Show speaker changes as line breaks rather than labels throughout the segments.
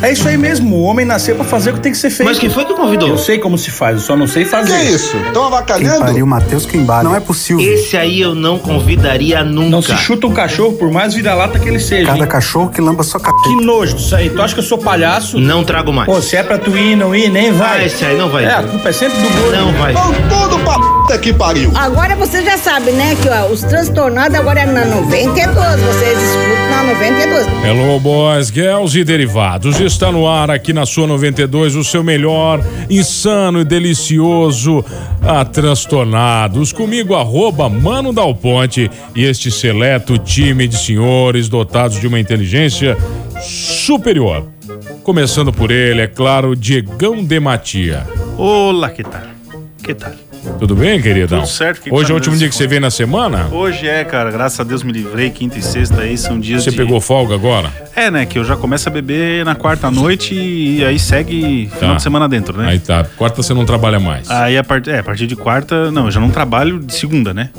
É isso aí mesmo, o homem nasceu pra fazer o que tem que ser feito.
Mas quem foi que convidou?
Eu sei como se faz, eu só não sei fazer.
Que isso? Estão
Quem
avacalhando?
pariu, Matheus Quimbara. Não é possível.
Esse aí eu não convidaria nunca.
Não se chuta um cachorro, por mais vira-lata que ele seja.
Cada
hein?
cachorro que lamba sua caceta.
Que nojo disso aí. Tu acha que eu sou palhaço?
Não trago mais.
Pô, se é pra tu ir, não ir, nem
Ah,
vai.
esse aí não vai.
É, a culpa é sempre do gordo.
Não vai.
Estão tudo pra puta que pariu.
Agora você já sabe, né, que ó, os transtornados agora é na 92, vocês escutam na 92.
Hello, boys, girls e derivados. Está no ar aqui na sua 92 o seu melhor, insano e delicioso, a transtornados. Comigo, arroba Mano Dal Ponte e este seleto time de senhores dotados de uma inteligência superior. Começando por ele, é claro, Diegão de Matia.
Olá, que tal? Que tal?
Tudo bem, queridão?
Tudo certo, que
Hoje é
tá
o último
mesmo,
dia que você vem na semana?
Hoje é, cara, graças a Deus me livrei, quinta e sexta aí são dias
Você
de...
pegou folga agora?
É, né, que eu já começo a beber na quarta noite e aí segue final de semana dentro, né?
Tá. Aí tá. Quarta você não trabalha mais.
Aí a, part... é, a partir de quarta, não, eu já não trabalho de segunda, né?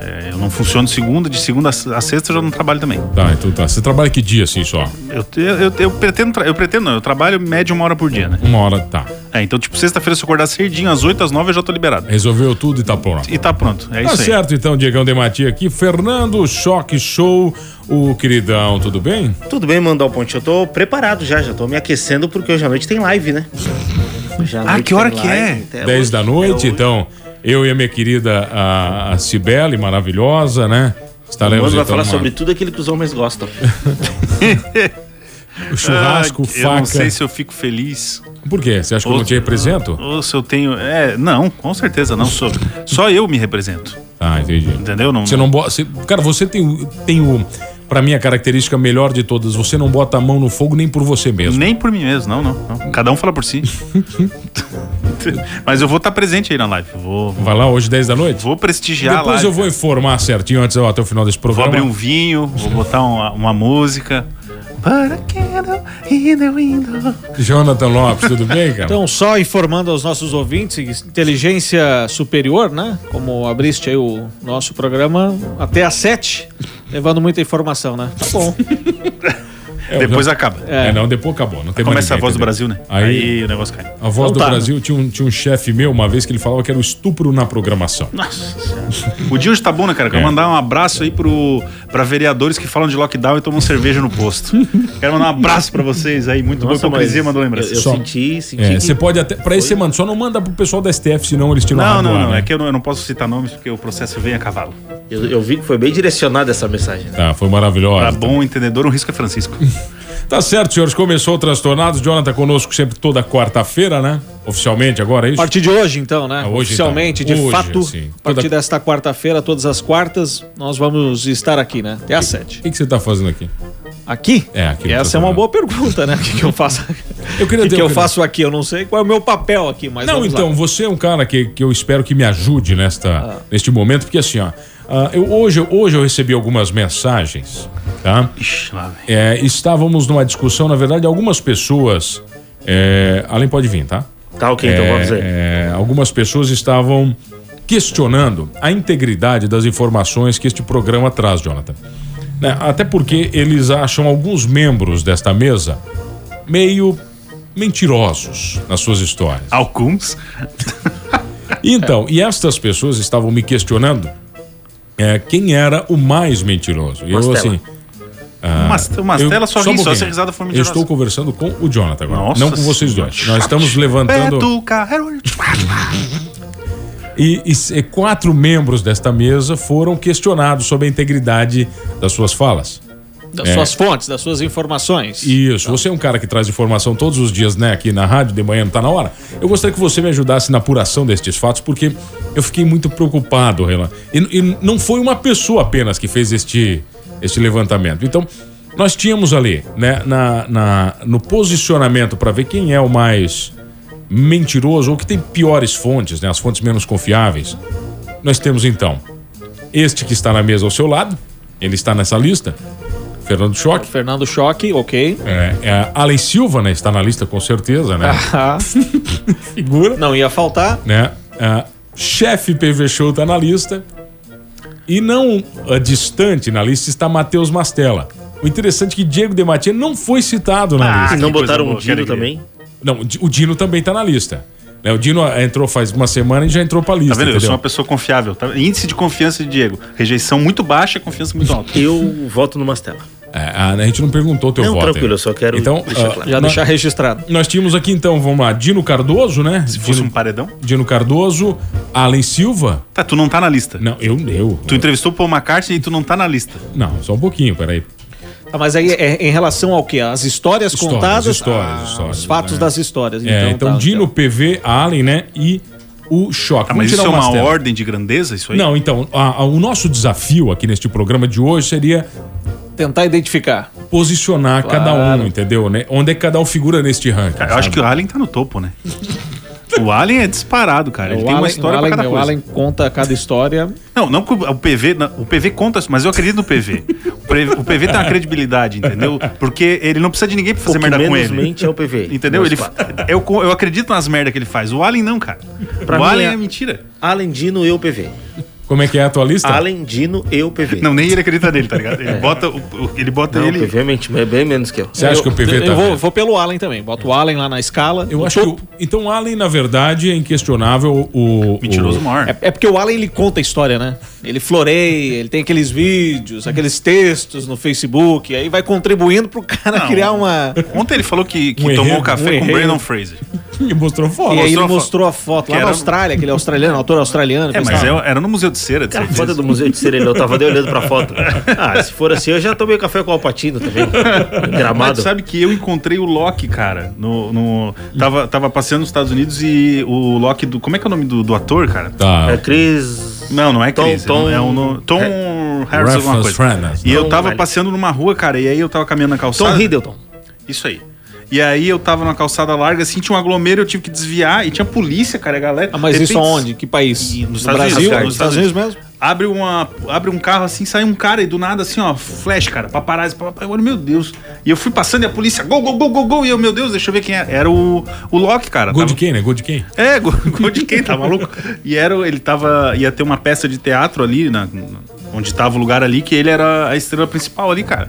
É, eu não funciono de segunda, de segunda a sexta eu já não trabalho também.
Tá, então tá. Você trabalha que dia assim só?
Eu, te- eu, eu pretendo, tra- eu pretendo não, eu trabalho média uma hora por dia, né?
Uma hora, tá.
É, então tipo, sexta-feira se eu acordar cedinho, às oito, às nove eu já tô liberado.
Resolveu tudo e tá pronto.
E tá pronto, é
Tá
isso aí.
certo então, Diegão Dematia aqui. Fernando Choque Show, o queridão, tudo bem?
Tudo bem, Mandal Ponte. Eu tô preparado já, já tô me aquecendo porque hoje à noite tem live, né? Ah, Hoje à noite
que hora
tem
que é?
live, até
10
hoje.
da noite,
É hoje.
então. Eu e a minha querida a, a Cibele, maravilhosa, né?
O
Estaremos
Mano vai
então
falar
numa-
sobre tudo aquilo que os homens gostam.
o churrasco,
Ah, Eu
faca.
não sei se eu fico feliz.
Por quê? Você acha que eu não te represento?
Ou se eu tenho. É, não, com certeza não sou. Só eu me represento.
Ah, entendi.
Entendeu? Não,
Você não bota. você- Cara, você tem, o- tem o. Pra mim, a característica melhor de todas. Você não bota a mão no fogo nem por você mesmo.
Nem por mim mesmo, não, não. não. Cada um fala por si. Mas eu vou estar presente aí na live. Vou,
Vai lá hoje, 10 da noite?
vou prestigiar
Depois
a live.
eu vou informar certinho antes, ó, até o final desse
Vou
programa.
abrir um vinho, vou botar uma, uma música. Para que não indo, indo.
Jonathan Lopes, tudo bem, cara?
Então, só informando aos nossos ouvintes, inteligência superior, né? Como abriste aí o nosso programa, até às sete, levando muita informação, né? Tá bom.
É,
Depois
já-
acaba.
É, não, depois acabou. Não tem mais
Começa a
ninguém,
voz do
entendeu?
Brasil, né?
Aí,
o negócio cai.
a voz
Então
do
tá.
Brasil tinha um, tinha um chefe meu uma vez que ele falava que era o estupro na programação.
Nossa Senhora. O dia hoje tá bom, né, cara? Quero
É.
mandar um abraço aí pro, pra vereadores que falam de lockdown e tomam cerveja no posto. Quero mandar um abraço pra vocês aí. Muito boa hipocrisia, mandou lembrança.
Eu, eu
Só-
senti, senti.
É,
que-
você pode até. Pra esse semana, só não manda pro pessoal da STF, senão eles tiram
Não,
a
não, não.
né?
É que eu não, eu não posso citar nomes porque o processo vem a cavalo.
eu, eu vi que foi bem direcionada essa mensagem, né?
Tá, foi maravilhosa.
Pra bom entendedor, um risco é Francisco.
Tá certo, senhores. Começou o Transtornados. Jonathan conosco sempre toda quarta-feira, né? Oficialmente agora,
A
é isso?
partir de hoje, então, né?
Ah, hoje,
Oficialmente,
então.
de
Hoje,
fato,
assim.
a partir
Toda-
desta quarta-feira, todas as quartas, nós vamos estar aqui, né? Até às sete.
O que, que você tá fazendo aqui?
Aqui?
É, aqui
Essa
no
é
Transtornado.
uma boa pergunta, né? O que, que eu faço? o que,
Eu queria ter-
que
eu
eu
queria-
faço aqui? Eu não sei qual é o meu papel aqui, mas
Não,
vamos lá.
então, você é um cara que, que eu espero que me ajude nesta,
Ah.
neste momento, porque assim, ó. ah, eu, hoje, hoje eu recebi algumas mensagens, tá?
Ixi, lá vem.
É, estávamos numa discussão, na verdade, algumas pessoas. É, além pode vir, tá?
Tá ok, então
É,
vamos ver.
é, algumas pessoas estavam questionando a integridade das informações que este programa traz, Jonathan. Né, Até porque eles acham alguns membros desta mesa meio mentirosos nas suas histórias.
Alguns.
É.
Então, e estas pessoas estavam me questionando é, quem era o mais mentiroso. E eu
Mastella.
assim.
umas umas
eu-
telas só
um
ri, só
pouquinho.
se a risada for
Eu
mentirosa.
estou conversando com o Jonathan agora,
Nossa
não com vocês
senhora. Tá
dois. Nós estamos levantando.
Pé do carro.
E, e- e quatro membros desta mesa foram questionados sobre a integridade das suas falas.
Das
É.
suas fontes, das suas informações.
Isso, você é um cara que traz informação todos os dias, né, aqui na rádio, de manhã não tá na hora. Eu gostaria que você me ajudasse na apuração destes fatos, porque eu fiquei muito preocupado, Renan. E, e não foi uma pessoa apenas que fez este, este levantamento. Então, nós tínhamos ali, né, na, na- no posicionamento para ver quem é o mais mentiroso ou que tem piores fontes, né, as fontes menos confiáveis. Nós temos então este que está na mesa ao seu lado, ele está nessa lista, Fernando Choque.
Fernando Choque, ok.
É, é, Alen Silva, né? Está na lista com certeza, né?
Ah,
Figura.
não ia faltar.
Né? É, chefe PV Show está na lista. E não é, distante na lista está Matheus Mastella. O interessante é que Diego Dematia não foi citado na
Ah,
lista.
não
que coisa
botaram
boa,
o
que
Dino
alegria.
também?
Não, o Di- o Dino também está na lista. né? O Dino ah, entrou faz uma semana e já entrou pra lista.
Tá vendo? Eu
entendeu?
sou uma pessoa confiável. tá? Índice de confiança de Diego. Rejeição muito baixa, confiança muito alta.
Eu voto no Mastella.
É, a, a gente não perguntou o teu
Não,
voto.
tranquilo,
aí.
eu só quero
então,
deixar
ah,
claro.
Já
nós,
deixar registrado.
nós tínhamos aqui então, vamos lá, Dino Cardoso, né?
Se fosse um
Dino,
paredão.
Dino Cardoso, Alen Silva.
Tá, tu não tá na lista.
Não, eu, eu.
Tu entrevistou o Paul McCartney e tu não tá na lista.
Não, só um pouquinho, peraí.
Ah, mas aí é em relação ao quê? As histórias,
Histórias,
contadas?
histórias, histórias,
Ah, Os fatos
né?
das histórias.
É, então,
tá,
Dino, PV, Allen, né? E o Choque.
Tá, mas
Vamos
isso
tirar
é
o
uma
Mastella.
ordem de grandeza, isso aí?
Não, então, a- a- o nosso desafio aqui neste programa de hoje seria
então. Tentar identificar.
posicionar
Claro.
cada um, entendeu? né? Onde é que cada um figura neste ranking.
Cara, eu acho que o Alien tá no topo, né? O Alien é disparado, cara. Ele
O
tem uma
Allen-
história
o
pra
Allen,
é
cada
o
coisa.
Allen conta cada história.
Não, não que o o PV. não, O PV conta, mas eu acredito no PV. O PV, o PV tem uma credibilidade, entendeu? Porque ele não precisa de ninguém pra fazer
O que
merda com
menos
ele.
mente é o PV.
Entendeu?
Nós
Ele,
quatro.
eu, co- eu acredito nas merdas que ele faz. O Alien não, cara.
Pra
o
mim
Alien
é-
é mentira.
Allen, Dino, eu, PV.
Como é que é a tua lista?
Allen, Dino, eu, PV.
Não, nem ele acredita nele, tá ligado? Ele bota, o- o- ele bota
É. Não,
ele.
PV mente, mas é bem menos que eu.
Você acha que o PV
eu
tá...
vou, vou pelo Allen também. Boto o Allen lá na escala.
Eu
no
acho que...
topo.
o- Então, o Allen, na verdade, é inquestionável o...
Mentiroso
o...
maior.
É, é porque o Allen ele conta a história, né? Ele floreia, ele tem aqueles vídeos, aqueles textos no Facebook, aí vai contribuindo pro cara
Não. um
criar uma.
Ontem ele falou que, que
Um
tomou
enredo,
um café
um
com o
enredo.
Brandon Fraser.
E mostrou foto.
E aí ele
a fo-
mostrou a foto
que
lá na
era-
Austrália, aquele australiano, autor australiano.
É, mas
pensava,
é- era no Museu de Cera, de
Cara,
certeza.
foda do Museu de Cera, ele, eu tava de olhando pra foto. Ah, se for assim, eu já tomei café com o Alpatino também.
Mas tu
Gramado.
sabe que eu encontrei o Loki, cara. No, no- tava, tava passeando nos Estados Unidos e o Loki do. Como é que é o nome do, do ator, cara?
É
Tá.
Cris.
Não, não é
Tom-
Chris.
Tom-
é um no- Tom Harris, alguma coisa.
Reference,
E
né?
eu tava
Tom-
passeando numa rua, cara, e aí eu tava caminhando na
Tom
calçada.
Hiddleton.
Isso aí. E aí eu tava numa calçada larga, assim, tinha um aglomero, eu tive que desviar e tinha polícia, cara, e a galera.
Ah, mas
de
isso
repente,
aonde? Que país?
Nos
No
Estados Unidos,
Brasil?
cara,
Nos Estados Unidos mesmo?
Abre, uma, abre um carro assim, sai um cara e do nada assim, ó, flash, cara, paparazzi, paparazzi. Eu olho, meu Deus. E eu fui passando e a polícia, gol, gol, gol, gol, gol. E eu, meu Deus, deixa eu ver quem é." era. Era o, o Loki, cara.
Gol de
Tava-
quem, né? Gol de quem?
é, gol, gol de quem, tá maluco? E era, o- ele tava. ia ter uma peça de teatro ali, na, onde tava o lugar ali, que ele era a estrela principal ali, cara.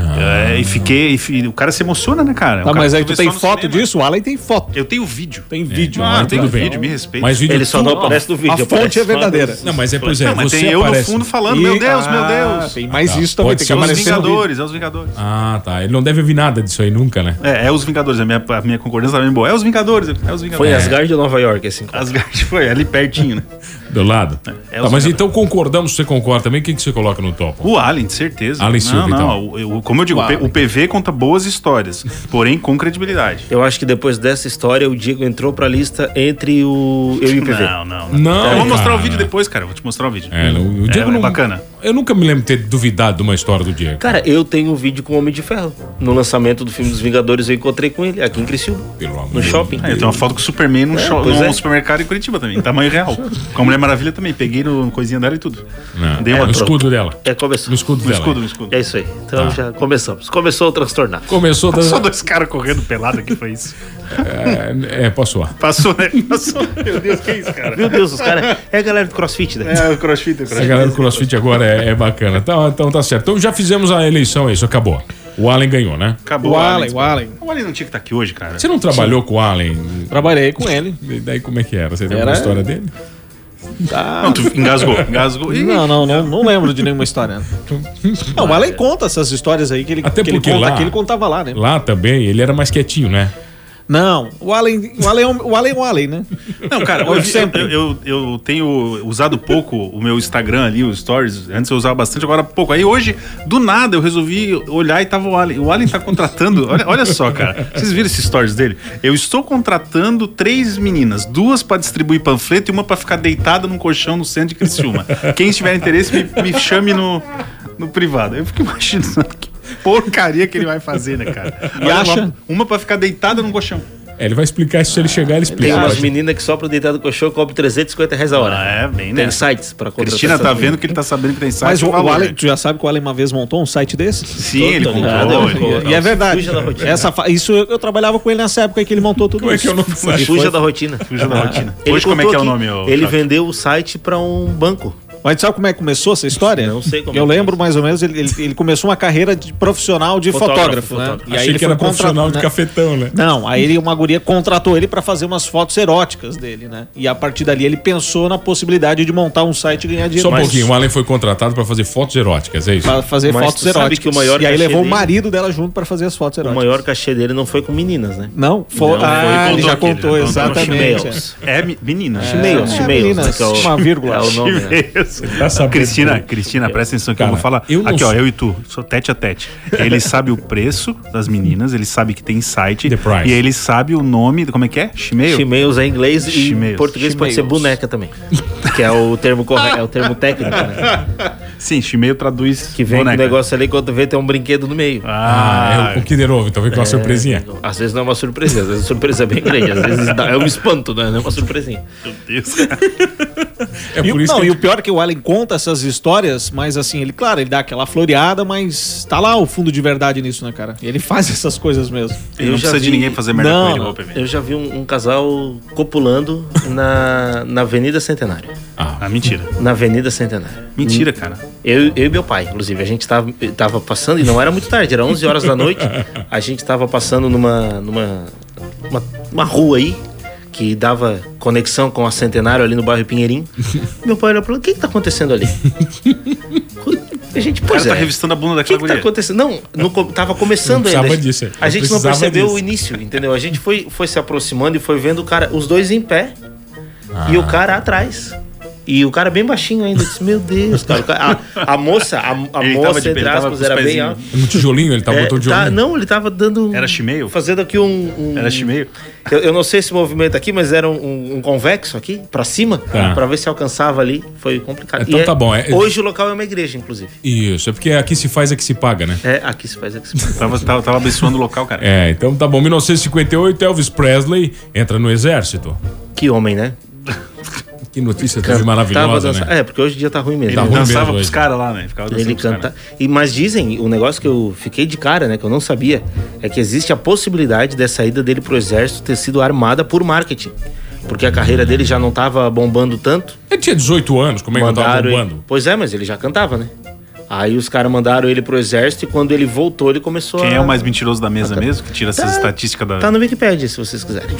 Ah.
É, e fiquei. e fi- o cara se emociona, né, cara? O
Ah,
cara
mas aí
que
tu
vê
tem
só no
foto
cinema.
disso? O Allen tem foto.
Eu tenho vídeo.
Tem vídeo.
Ah,
né?
tem
tudo
vídeo, me respeita.
Mas vídeo
Ele só não
tu-
aparece no vídeo.
a
aparece
fonte é
só no-
verdadeira.
Não, mas é, pois é,
Não, mas
você
tem eu no
aparece-
fundo falando,
Ih,
meu Deus, meu
ah,
Deus.
Tem mais
Tá,
isso também,
pode
tem que
ser
É
um
os
aparecer no vídeo.
Vingadores, é os Vingadores.
Ah, tá. Ele não deve ouvir nada disso aí nunca, né?
É, é os Vingadores, a minha, a minha concordância tá bem boa. É os Vingadores, é os
Foi
Vingadores.
em
É.
Asgard ou Nova York, assim.
Asgard foi ali pertinho, né?
Do lado.
É,
Tá,
é os
mas
jogadores.
então concordamos, você concorda também? O que, que você coloca no topo?
O Allen, de certeza.
Allen
não,
Silva,
não,
então.
o- o- como eu digo, o, P- o PV conta boas histórias, porém com credibilidade.
Eu acho que depois dessa história, o Diego entrou pra lista entre o eu e o PV.
Não, não,
Não,
Eu vou Então, mostrar
cara.
o vídeo depois, cara. Eu Vou te mostrar o vídeo.
É, o o Diego
é
não.
bacana.
Eu nunca me lembro de ter duvidado de uma história do Diego.
Cara, eu tenho um vídeo com o Homem de Ferro. No lançamento do filme dos Vingadores, eu encontrei com ele aqui em Criciúma.
Pelo amor
No
de
shopping.
É, eu tenho uma foto com o Superman num, shop-
pois
num
é.
supermercado em Curitiba também, em tamanho real. Com a Mulher Maravilha também. Peguei no coisinha dela e tudo.
Não,
Dei
é,
uma
no
troca.
escudo dela.
É, começou.
No escudo
No
dela.
escudo, no escudo.
É isso aí. Então
Tá.
já começamos. Começou a transtornar.
Começou da.
Só dois caras correndo pelado aqui, foi isso.
É, é, passou.
Passou, né? Passou. Meu Deus, que isso, cara?
Meu Deus, os caras. É a galera do crossfit, né?
É, o crossfit, o
A
crossfit.
galera do CrossFit agora é, é bacana. Tá, então tá certo. Então já fizemos a eleição, é isso, acabou. O Allen ganhou, né?
Acabou
O Allen, o Allen.
O Allen não tinha que estar aqui hoje, cara.
Você não trabalhou com o Allen?
Trabalhei com ele.
E daí como é que era? Você lembra
Era-
a história dele?
Não, tu engasgou. Engasgou. Ih,
Não, não, não, não lembro de nenhuma história. Não, o Allen conta essas histórias aí que ele,
Até
que ele
porque
conta
lá-
que ele contava lá, né?
Lá também, ele era mais quietinho, né?
Não, o Allen, o Allen, é um- o Allen, é um Allen, né?
Não, cara,
Como
hoje eu,
sempre.
eu, eu tenho usado pouco o meu Instagram ali, os stories. Antes eu usava bastante, agora pouco. Aí hoje, do nada, eu resolvi olhar e tava o Allen. O Allen tá contratando. Olha, olha só, cara. Vocês viram esses stories dele? Eu estou contratando três meninas, duas pra distribuir panfleto e uma pra ficar deitada num colchão no centro de Criciúma. Quem tiver interesse, me, me chame no, no privado. Eu fico imaginando que porcaria que ele vai fazer, né, cara?
E
Olha, uma-
acha?
Uma pra ficar deitada num colchão.
É, ele vai explicar isso se ele chegar, ele
Tem
explica.
umas meninas que só pro deitado do colchão cobre 350 reais a hora.
Ah, é, bem,
Tem
né?
sites pra contratar.
Cristina tá
essas
vendo que ele tá sabendo que tem site.
Mas o,
eu
o
falo,
Allen,
né?
tu já sabe que o Allen uma vez montou um site desse?
Sim, ele
Tô
comprou.
ligado, ele
ele-
comprou.
E é verdade.
Fuja da rotina.
Essa, fa- isso eu, eu trabalhava com ele nessa época que ele montou tudo
Como é
isso.
que eu não sei?
meninas. Fuja da rotina. Ah.
Fuja da rotina.
Ele
Hoje como é
contou
que é o
que
nome? ô,
Ele
Chato?
vendeu o site pra um banco.
Mas tu sabe como é que começou essa história?
Não sei como
Eu
é que
lembro mais ou menos, ele, ele- ele começou uma carreira de profissional de fotógrafo,
Fotógrafo,
né?
fotógrafo.
E aí
Achei
ele
que
foi
era profissional de
contra- né?
cafetão, né?
Não, aí ele, uma guria contratou ele pra fazer umas fotos eróticas dele, né? E a partir dali ele pensou na possibilidade de montar um site e ganhar dinheiro.
Só um
Mas-
pouquinho, o Allen foi contratado pra fazer fotos eróticas, é isso?
Pra fazer
Mas
fotos
tu sabe
eróticas.
que o maior
e aí
cachê
levou o
dele-
marido dela junto pra fazer as fotos
O
eróticas.
maior cachê dele não foi com meninas, né?
Não, foi.
Não,
ah,
foi-
ele já
contou
contou,
aquele, né? Contou
exatamente.
Chimeos.
É me- menina.
Chimeos,
É,
Chimeos.
meninas,
né, que é o-
uma vírgula.
É o nome, né?
Chimeos.
Tá sabendo
Cristina,
tudo.
Cristina, presta atenção que eu
Cara,
vou falar.
eu não
Aqui, ó,
sou-
eu e tu, sou tete a tete. Ele sabe o preço das meninas, ele sabe que tem site.
The price.
E ele sabe o nome, como é que é? Chimeio?
Chimeus é inglês e em
Chimeus.
português pode ser
Chimeus.
boneca também. Que é o termo correto, é o termo técnico, né?
Sim, Chimeio traduz
Que vem com o
boneca.
negócio ali quando vê tem um brinquedo no meio.
Ah, é o Kinder Ovo, então vem com uma surpresinha.
Às vezes não é uma surpresa, às vezes a surpresa é bem grande, às vezes dá- é um espanto, né? Não é uma surpresinha.
Deus.
É
E,
por
o-
isso
não,
que
e o pior é que o Allen conta essas histórias, mas assim, ele, claro, ele dá aquela floreada, mas tá lá o fundo de verdade nisso, né, cara? Ele faz essas coisas mesmo.
Ele
Eu
não
já
precisa de
vi-
ninguém fazer merda
Não,
com ele,
não.
ô, PV.
Eu já vi um, um casal copulando na, na Avenida Centenário.
Ah, mentira.
Na Avenida Centenário.
Mentira, cara.
Eu, eu e meu pai, inclusive, a gente tava, tava passando, e não era muito tarde, era 11 horas da noite. A gente tava passando numa, numa uma, uma rua aí, que dava conexão com a Centenário ali no bairro Pinheirinho. Meu pai olhou e falou: O que que tá acontecendo ali? A gente,
O
pois
cara tá
é.
revistando a bunda
O que,
daquela
que tá
mulher.
acontecendo? Não, no co- tava começando
Não
ainda.
precisava
A gente-
disso, é.
A
Não
gente não
precisava
percebeu
disso.
o início, entendeu? A gente foi, foi se aproximando e foi vendo o cara, os dois em pé e
Ah.
o cara atrás. E o cara bem baixinho ainda. Eu Disse, meu Deus, cara. o cara- a, a moça, a, a
Ele tava
moça,
de- ele
entre
tava com
aspas,
os
era bem
pezinhos.
alta.
um tijolinho, ele tá
É,
botando
tá,
tijolinho.
não, ele tava dando. um-
Era É. chimeio?
Fazendo aqui um. um-
Era chimeio?
Eu, eu não sei esse movimento aqui, mas era um, um- um convexo aqui, pra cima,
Tá.
pra ver se alcançava ali. Foi complicado.
Então
E é-
tá bom, é-
Hoje o local é uma igreja, inclusive.
Isso, é porque aqui se faz, é que se paga, né?
É, aqui se faz, aqui se faz.
Tava, tava, tava abençoando o local, cara.
É, então tá bom. 1958, Elvis Presley entra no exército.
Que homem, né?
Que notícia teve maravilhosa,
dança-
né?
É, porque hoje em dia tá ruim
Ele
mesmo.
Tá ruim Tá
dançava
mesmo
pros
hoje.
caras lá, né? Ficava dançando
Ele
pros caras.
canta. E, mas dizem, o negócio que eu fiquei de cara, né? Que eu não sabia, é que existe a possibilidade dessa ida dele pro exército ter sido armada por marketing. Porque a carreira dele já não tava bombando tanto.
Ele tinha 18 anos, como é que eu tava
Mandaram.
bombando?
ele- Pois é, mas ele já cantava, né? Aí os caras mandaram ele pro exército e quando ele voltou, ele começou
Quem
a.
é o mais mentiroso da mesa mesmo? Que tira essas estatísticas da.
Tá no Wikipedia, se vocês quiserem.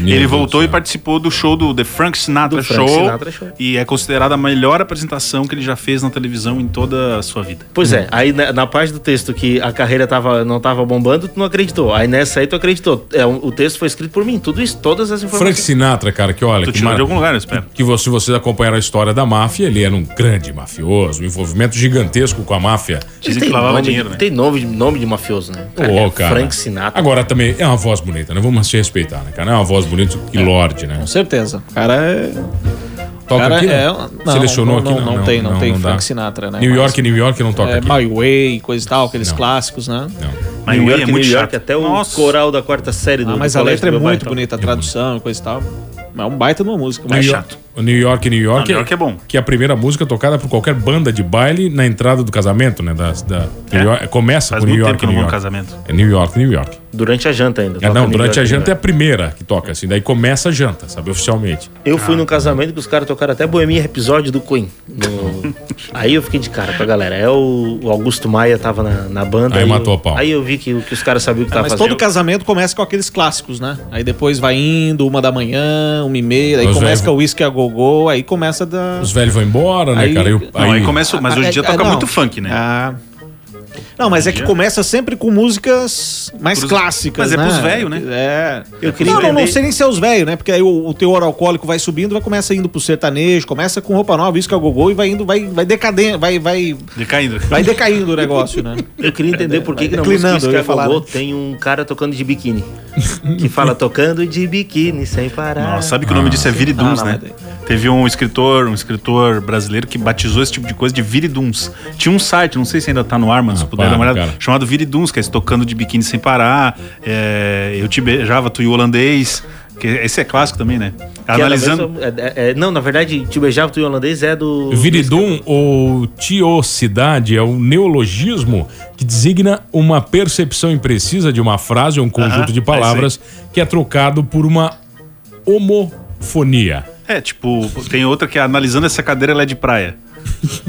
Meu
Ele
Deus
voltou
do
e
céu.
participou do show do The Frank Sinatra,
Do Frank
show,
Sinatra Show.
E é considerada a melhor apresentação que ele já fez na televisão em toda a sua vida.
Pois é, aí na, na parte do texto que a carreira tava, não tava bombando, tu não acreditou. Aí nessa aí tu acreditou. É, um- o texto foi escrito por mim, tudo isso, todas as
Frank
informações.
Sinatra, cara, que olha.
Tu
Que,
tirou
mar...
de algum lugar, eu espero.
que vo- se vocês acompanharam a história da máfia, ele era um grande mafioso, um envolvimento gigantesco com a máfia.
Dizem
Tem
que lavava
nome,
dinheiro, né?
Tem nome, de- nome de mafioso, né?
Ô,
é
cara.
Frank Sinatra.
Agora também é uma voz bonita, né? Vamos se respeitar, né, cara? É uma voz bonita que Lorde, né?
Com certeza. O cara é.
Toca
cara
aqui, né?
é- não,
Selecionou
não,
aqui,
não, não tem, não tem
dá.
Frank Sinatra, né?
New
Mas-
York, New York não toca
é
aqui.
My Way, coisa e tal, aqueles
Não.
clássicos, né?
Não.
Mas
New
ele
York,
é
New
muito
York,
chato.
até o
Nossa.
coral da quarta série do
Ah, mas
do
a
colégio
letra é
do meu pai,
muito
tá?
bonita, a tradução, coisa e tal. É um baita de uma música.
New
Mas
York- o New York, New York,
Não, New York é bom.
Que é a primeira música tocada por qualquer banda de baile na entrada do casamento, né? Das- Da, New York- começa
É. Faz
com New
muito
York,
tempo que eu não
New York.
vou no casamento.
É New York, New York.
Durante Ah, a janta ainda.
É,
toca
não,
New
durante
York,
a
New
janta é a
York.
primeira que toca, assim. Daí começa a janta, sabe? Oficialmente.
Eu fui num casamento que os caras tocaram até Bohemian Episódio do Queen. no- aí eu fiquei de cara com a galera. É o, o Augusto Maia tava na, na banda.
Aí
eu-
matou a pau.
Aí eu vi que, o- que os caras sabiam o que
Ah,
tava
mas
fazendo.
todo casamento começa com aqueles clássicos, né? Aí depois vai indo, uma da manhã, uma e meia, aí
Os
começa
velhos-
com o Whisky a Gogô, aí começa da.
Os velhos vão embora, né,
Aí-
cara? Eu-
é,
é,
Não, aí começa. Mas hoje em dia
Ah, ah,
toca
não.
muito funk, né?
Ah, Não, mas é que começa sempre com músicas mais
Pros-
clássicas,
mas é
né?
pros velho, né?
É.
Eu queria
não, não, não
entender-
sei nem se é os velhos, né? Porque aí o, o teor alcoólico vai subindo, vai começa indo pro sertanejo, começa com roupa nova, isso que é o gogô, e vai indo, vai, vai decadendo, vai, vai,
Decaindo.
vai decaindo o negócio, né?
Eu queria entender por que, que na
Declinando,
música
eu ia
Escagogô
falar, né?
tem um cara tocando de biquíni. Que fala tocando de biquíni sem parar.
Nossa, sabe que o nome disso é viriduns,
Ah, não,
né?
mas
Teve um escritor, um escritor brasileiro que batizou esse tipo de coisa de viriduns. Tinha um site, não sei se ainda tá no ar, mas se puder
Ah, para,
dar uma olhada,
cara.
chamado viriduns, que é esse tocando de biquíni sem parar, é, eu te beijava, tu e o holandês, que esse é clássico também, né?
Que
Analisando...
ela mesma- é- é- é- não, na verdade, te beijava tu em holandês é do.
Viridum ou tiocidade é um neologismo que designa uma percepção imprecisa de uma frase ou um conjunto
Aham,
de palavras que é trocado por uma homofonia.
É, tipo, tem outra que é analisando essa cadeira, ela é de praia.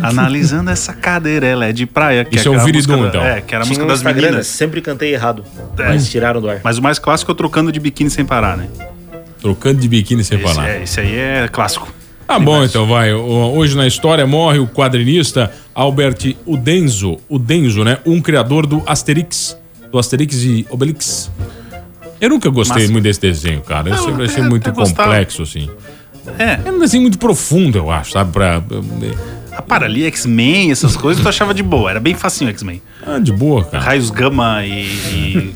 analisando essa cadeira, ela é de praia. Que
Isso é um
aquela
viridum,
música,
então.
É, que era
Tinha
a música
no
das
Instagram,
meninas.
Sempre cantei errado.
É.
Mas tiraram do ar.
Mas o mais clássico é o trocando de biquíni sem parar, né?
Trocando de biquíni sem
Esse,
parar.
é- esse aí é clássico.
Tá bom, então vai. O- Hoje na história morre o quadrinista Albert Udenzo, Udenzo, né? Um criador do Asterix, do Asterix e Obelix. Eu nunca gostei
Massa.
muito desse desenho, cara. Eu
Não,
sempre
eu
achei
até-
muito
até gostava.
complexo, assim.
É.
É um desenho muito profundo, eu acho, sabe? Pra...
Ah, para ali, X-Men, essas coisas, tu achava de boa. Era bem facinho X-Men.
Ah, de boa, cara.
Raios gama e,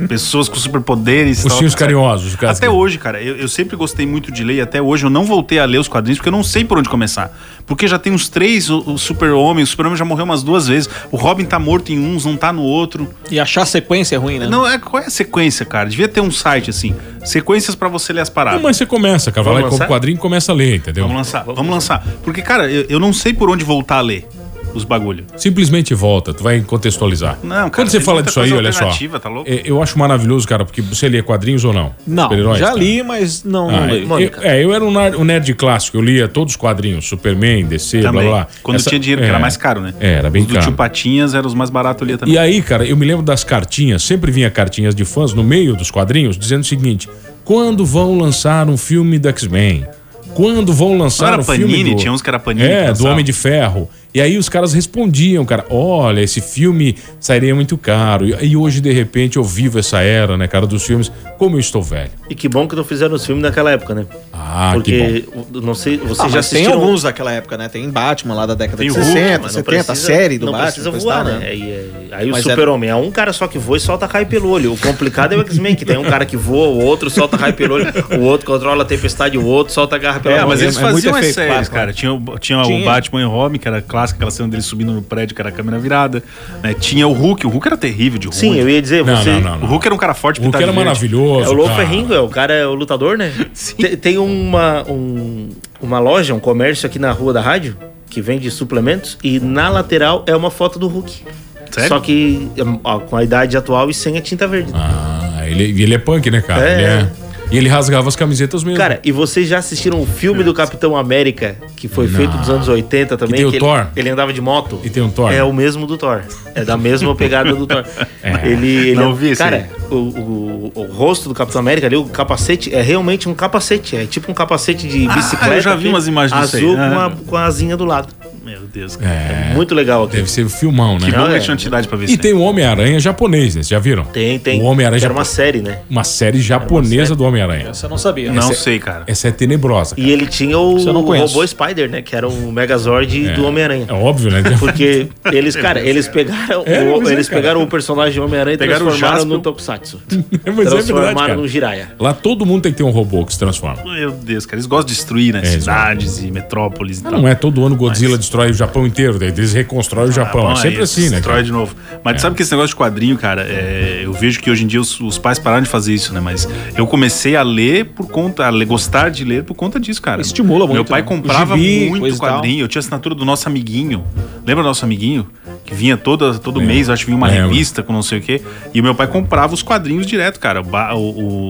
e pessoas com superpoderes. e
Os
tal.
Ursinhos carinhosos, né? os caras
Até
que-
hoje, cara, eu, eu sempre gostei muito de ler e até hoje eu não voltei a ler os quadrinhos porque eu não sei por onde começar. Porque já tem uns três, o, o Super-Homem, o Super-Homem já morreu umas duas vezes. O Robin tá morto em uns, não tá no outro.
E achar a sequência é ruim, né?
Não, é, qual é a sequência, cara? Devia ter um site assim. Sequências pra você ler as paradas.
Não, mas você começa, cara. Vai lá e
Vamos
compra o
lançar?
quadrinho e começa a ler, entendeu?
Vamos lançar, vamos lançar. Porque, cara, eu, eu não sei por onde voltar a ler os bagulho.
Simplesmente volta, tu vai contextualizar.
Não, cara,
Quando você
tem
fala
muita
disso aí,
coisa
olha só.
alternativa, tá louco?
é, Eu acho maravilhoso, cara, porque você lê quadrinhos ou não?
Não,
Super-heróis,
já
cara.
li, mas não,
Ah,
não
eu-
leio.
Mônica.
eu- é, eu era um nerd, um nerd clássico, eu lia todos os quadrinhos, Superman, DC,
Também.
blá blá.
Quando
Essa-
tinha dinheiro, que
é,
era mais caro, né?
É, era bem
os do
caro.
tio Patinhas eram os mais baratos ali também.
E aí, cara, eu me lembro das cartinhas, sempre vinha cartinhas de fãs no meio dos quadrinhos dizendo o seguinte: quando vão lançar um filme da X-Men? Quando vão lançar
Não era
um filme
Panini,
do...
tinha uns que era Panini que
É, do
lançava.
Homem de Ferro. E aí os caras respondiam, cara, olha, esse filme sairia muito caro. E e hoje, de repente, eu vivo essa era, né, cara, dos filmes. Como eu estou velho.
E que bom que não fizeram os filmes naquela época, né?
Ah, que bom.
Porque, o- não sei, vocês
Ah,
já
mas tem
assistiram...
alguns daquela época, né? Tem Batman lá da década
Tem
de
o Hulk,
60,
mas não
70,
precisa-
a série do
não
Batman.
precisa
coisa e
voar,
tal,
né? Aí, aí- aí o
Mas
Super-Homem é um cara só que voa e solta raio pelo olho. O complicado é o X-Men, que tem um cara que voa, o outro solta raio pelo olho, o outro controla a tempestade, o outro solta a garra pela
É,
mão.
mas eles
é muito
faziam as
efeito
séries,
clássico,
cara. Tinha, o- tinha,
Tinha.
o Batman e Robin, que era clássico, aquela cena dele subindo no prédio, que era a câmera virada. né? Tinha o Hulk, o Hulk era terrível de ruim.
Sim, eu ia dizer,
é Não,
você...
não, não,
O
não.
Hulk era um cara forte,
O Hulk
pintado
era
de verde.
É
maravilhoso.
o Lou
cara.
Ferrinho, é, o cara é o lutador, né? Te- Tem uma, um- uma loja, um comércio aqui na rua da rádio que vende suplementos e na lateral é uma foto do Hulk.
Sério?
Só que hum, ó, com a idade atual e sem a tinta verde.
Ah, ele, ele é punk, né, cara?
É.
Ele é- E ele rasgava as camisetas mesmo.
Cara, e vocês já assistiram o filme do Capitão América, que foi feito dos anos 80 também?
E tem o
que
Thor.
Ele, ele andava de moto.
E tem o Thor.
É o mesmo do Thor. É da mesma pegada do Thor.
É.
Ele, ele- um
Não vi esse
Cara,
aí.
o, o- o rosto do Capitão América ali, o capacete, é realmente um capacete. É tipo um capacete de
Ah,
bicicleta.
eu já vi
aqui,
umas imagens disso aí.
Azul
Ah.
com, a, com a asinha do lado.
Meu Deus, cara.
É,
Muito legal aqui.
deve ser o filmão, né?
Que bom
Não,
que
é.
tinha uma entidade pra ver
E
isso. né?
tem o Homem-Aranha japonês, né? Vocês já viram?
Tem, tem.
O Homem-Aranha
Era uma
japonês.
série, né?
Uma série japonesa do Homem-Aranha.
Essa eu não sabia.
Não
Essa-
sei, cara.
Essa é tenebrosa.
E ele tinha o
Isso eu não conheço.
robô Spider, né? Que era o Megazord do Homem-Aranha.
É óbvio, né?
Porque eles, cara, eles pegaram,
É,
o,
mas é,
eles
cara.
pegaram o personagem Homem-Aranha e
Pegaram o
transformaram
Jasper.
no Tokusatsu.
Mas é verdade,
transformaram
cara.
no Jiraiya.
Lá todo mundo tem que ter um robô que se transforma.
Meu Deus, cara. Eles gostam de destruir, né?
É, eles
Cidades e metrópoles e tal.
Não é todo ano Godzilla destrói o Japão inteiro, daí eles reconstroem o Japão.
Ah,
é
bom,
sempre
aí
assim, né?
Destrói
cara?
de novo. Mas tu sabe que esse negócio de quadrinho, cara, é, eu vejo que hoje em dia os, os pais pararam de fazer isso, né? Mas eu comecei a ler por conta, a le- gostar de ler por conta disso, cara.
Estimula muito,
Meu pai
né?
comprava
O gibi,
muito
coisa e tal.
quadrinho. Eu tinha assinatura do nosso amiguinho. Lembra do nosso amiguinho? Que vinha toda, todo mês, eu acho que vinha uma
Lembro.
revista com não sei o quê. E o meu pai comprava os quadrinhos direto, cara. O ba- o-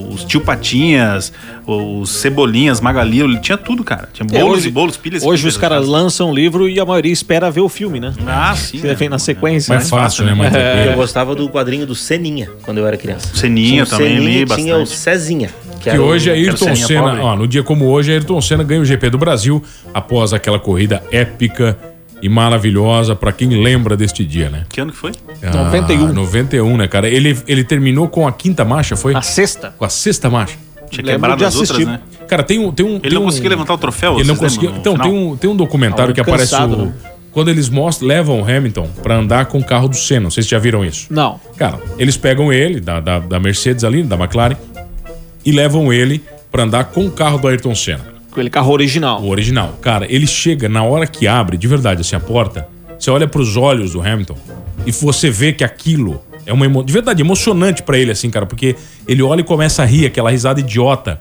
o- os tio Patinhas, os Cebolinhas, Magali, ele tinha tudo, cara. Tinha
É,
bolos
hoje-
e bolos, pilhas e
Hoje
pilhas.
os caras lançam o um livro e a maioria espera ver o filme, né?
Ah, sim.
Você vem na sequência.
Mais fácil, né? Mais
Eu
tranquilo.
gostava do quadrinho do Seninha, quando eu era criança.
Seninha
Tinha o
também,
Seninha
li
e Tinha o
bastante.
Cezinha.
Que
era um- o-
hoje é
quero
Ayrton
ser minha
Senna.
pobre.
Ó, no dia como hoje, Ayrton Senna ganha o GP do Brasil após aquela corrida épica e maravilhosa pra quem lembra deste dia, né?
Que ano que foi?
Ah,
91.
91, né, cara? Ele, ele terminou com a quinta marcha, foi?
A sexta.
Com a sexta marcha.
Tinha
Lembro
quebrado
de
as outras,
assistir.
né?
Cara, tem um. Tem um
Ele não
tem um-
conseguia levantar o troféu?
Ele não
vocês né,
conseguiu.
lembram?
Então,
No
tem
final?
um, tem um documentário
Ah,
que aparece
cansado,
o-
né?
Quando eles mostram, levam o Hamilton pra andar com o carro do Senna. Não sei se já viram isso.
Não.
Cara, eles pegam ele, da, da, da Mercedes ali, da McLaren, e levam ele pra andar com o carro do Ayrton Senna.
Aquele carro original.
O original. Cara, ele chega na hora que abre, de verdade, assim, a porta, você olha pros olhos do Hamilton e você vê que aquilo é uma emo... de verdade emocionante pra ele assim, cara, porque ele olha e começa a rir, aquela risada idiota.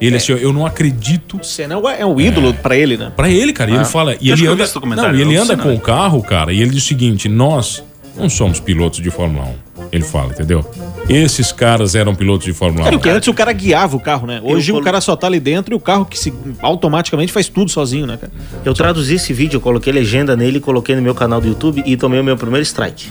É.
Ele assim, ó, eu não acredito.
O Senna é um- é um ídolo pra ele, né?
Pra ele, cara, e ele fala, e
É. Eu acho
ele
que eu vi
anda,
esse documentário,
não, e ele
eu
anda
não
com
sei,
o carro, cara, e ele diz o seguinte, nós não somos pilotos de Fórmula 1. Ele fala, entendeu? Esses caras eram pilotos de Fórmula
Cara,
1.
porque antes o cara guiava o carro, né? Hoje
Eu
o
colo-
cara só tá ali dentro e o carro que se automaticamente faz tudo sozinho, né, cara?
Eu traduzi esse vídeo, eu coloquei legenda nele, coloquei no meu canal do YouTube e tomei o meu primeiro strike.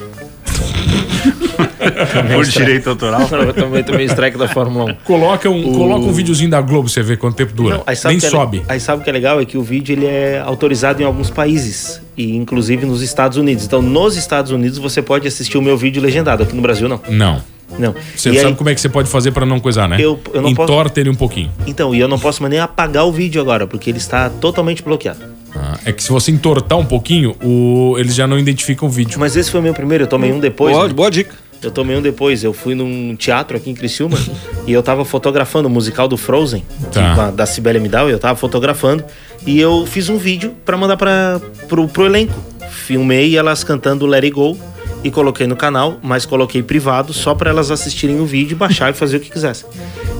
Por direito autoral.
Ah, Eu tomei, tomei strike da Fórmula 1.
Coloca um, coloca um videozinho da Globo, você vê quanto tempo dura.
Não, aí sabe
Nem
que é le-
sobe.
Aí sabe o que é legal? É que o vídeo ele é autorizado em alguns países, e inclusive nos Estados Unidos. Então, nos Estados Unidos, você pode assistir o meu vídeo legendado. Aqui no Brasil, não.
Não.
Não.
Você
E
sabe
aí-
como é que você pode fazer pra não coisar, né?
Eu- eu não
Entorta ele um pouquinho.
Então, e eu não posso mais nem apagar o vídeo agora, porque ele está totalmente bloqueado.
Ah, é que se você entortar um pouquinho, o... eles já não identificam o vídeo.
Mas esse foi o meu primeiro, eu tomei um depois.
boa,
né?
boa dica.
Eu tomei um depois. Eu fui num teatro aqui em Criciúma e eu tava fotografando o musical do Frozen,
Tá.
que- da Cibele Midal, eu tava fotografando. E eu fiz um vídeo pra mandar pra, pro, pro elenco. Filmei elas cantando Let It Go e coloquei no canal, mas coloquei privado só pra elas assistirem o vídeo, baixar e fazer o que quisessem.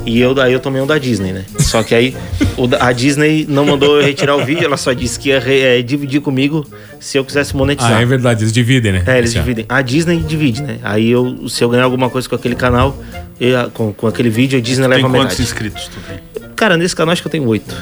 E eu daí eu tomei um da Disney, né? Só que aí o da- a Disney não mandou eu retirar o vídeo, ela só disse que ia re- eh, dividir comigo se eu quisesse monetizar.
Ah, é verdade, eles dividem, né?
É, eles
Assim, ó.
dividem. A Disney divide, né? Aí eu, se eu ganhar alguma coisa com aquele canal, eu- ah, com, com aquele vídeo, a Disney
Tem
leva a
quantos
metade.
inscritos tu tem?
Cara, nesse canal acho que eu tenho oito.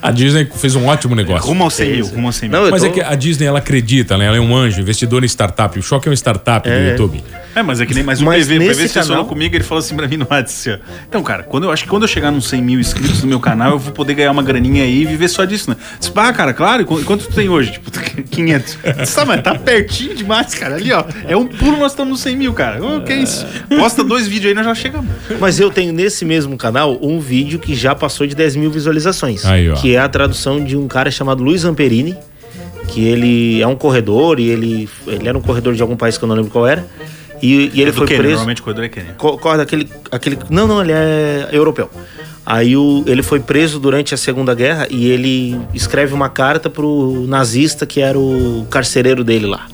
A Disney fez um ótimo negócio.
Rumo ao 100 mil, rumo ao 100 mil.
Não, É, eu
Mas
tô...
é que a Disney, ela acredita, né? Ela é um anjo, investidor em startup. O Choque é um startup do YouTube.
É, mas é que nem mais o
Mas
PV. O PV
nesse
se
canal-
falou comigo, ele falou assim pra mim no WhatsApp. assim, ó, Então, cara, quando eu acho que quando eu chegar nos 100 mil inscritos no meu canal, eu vou poder ganhar uma graninha aí e viver só disso, né? Eu Disse, ah, cara, claro, e qu- quanto tu tem hoje? Tipo, 500. Eu Disse, tá, mas tá pertinho demais, cara. Ali, ó, é um pulo, nós estamos nos 100 mil, cara. Ô, que isso? Posta dois vídeos aí, nós já chegamos.
Mas eu tenho nesse mesmo canal um vídeo que já passou de 10 mil visualizações.
Aí, ó.
Que é a tradução de um cara chamado Luiz Amperini, que ele é um corredor e ele, ele era um corredor de algum país que eu não lembro qual era. E, e ele
Do
foi
Quênia,
preso.
Normalmente o corredor é Quênia.
Co- Corda, aquele, aquele. Não, não, ele é europeu. Aí o, ele foi preso durante a Segunda Guerra e ele escreve uma carta pro nazista que era o carcereiro dele lá.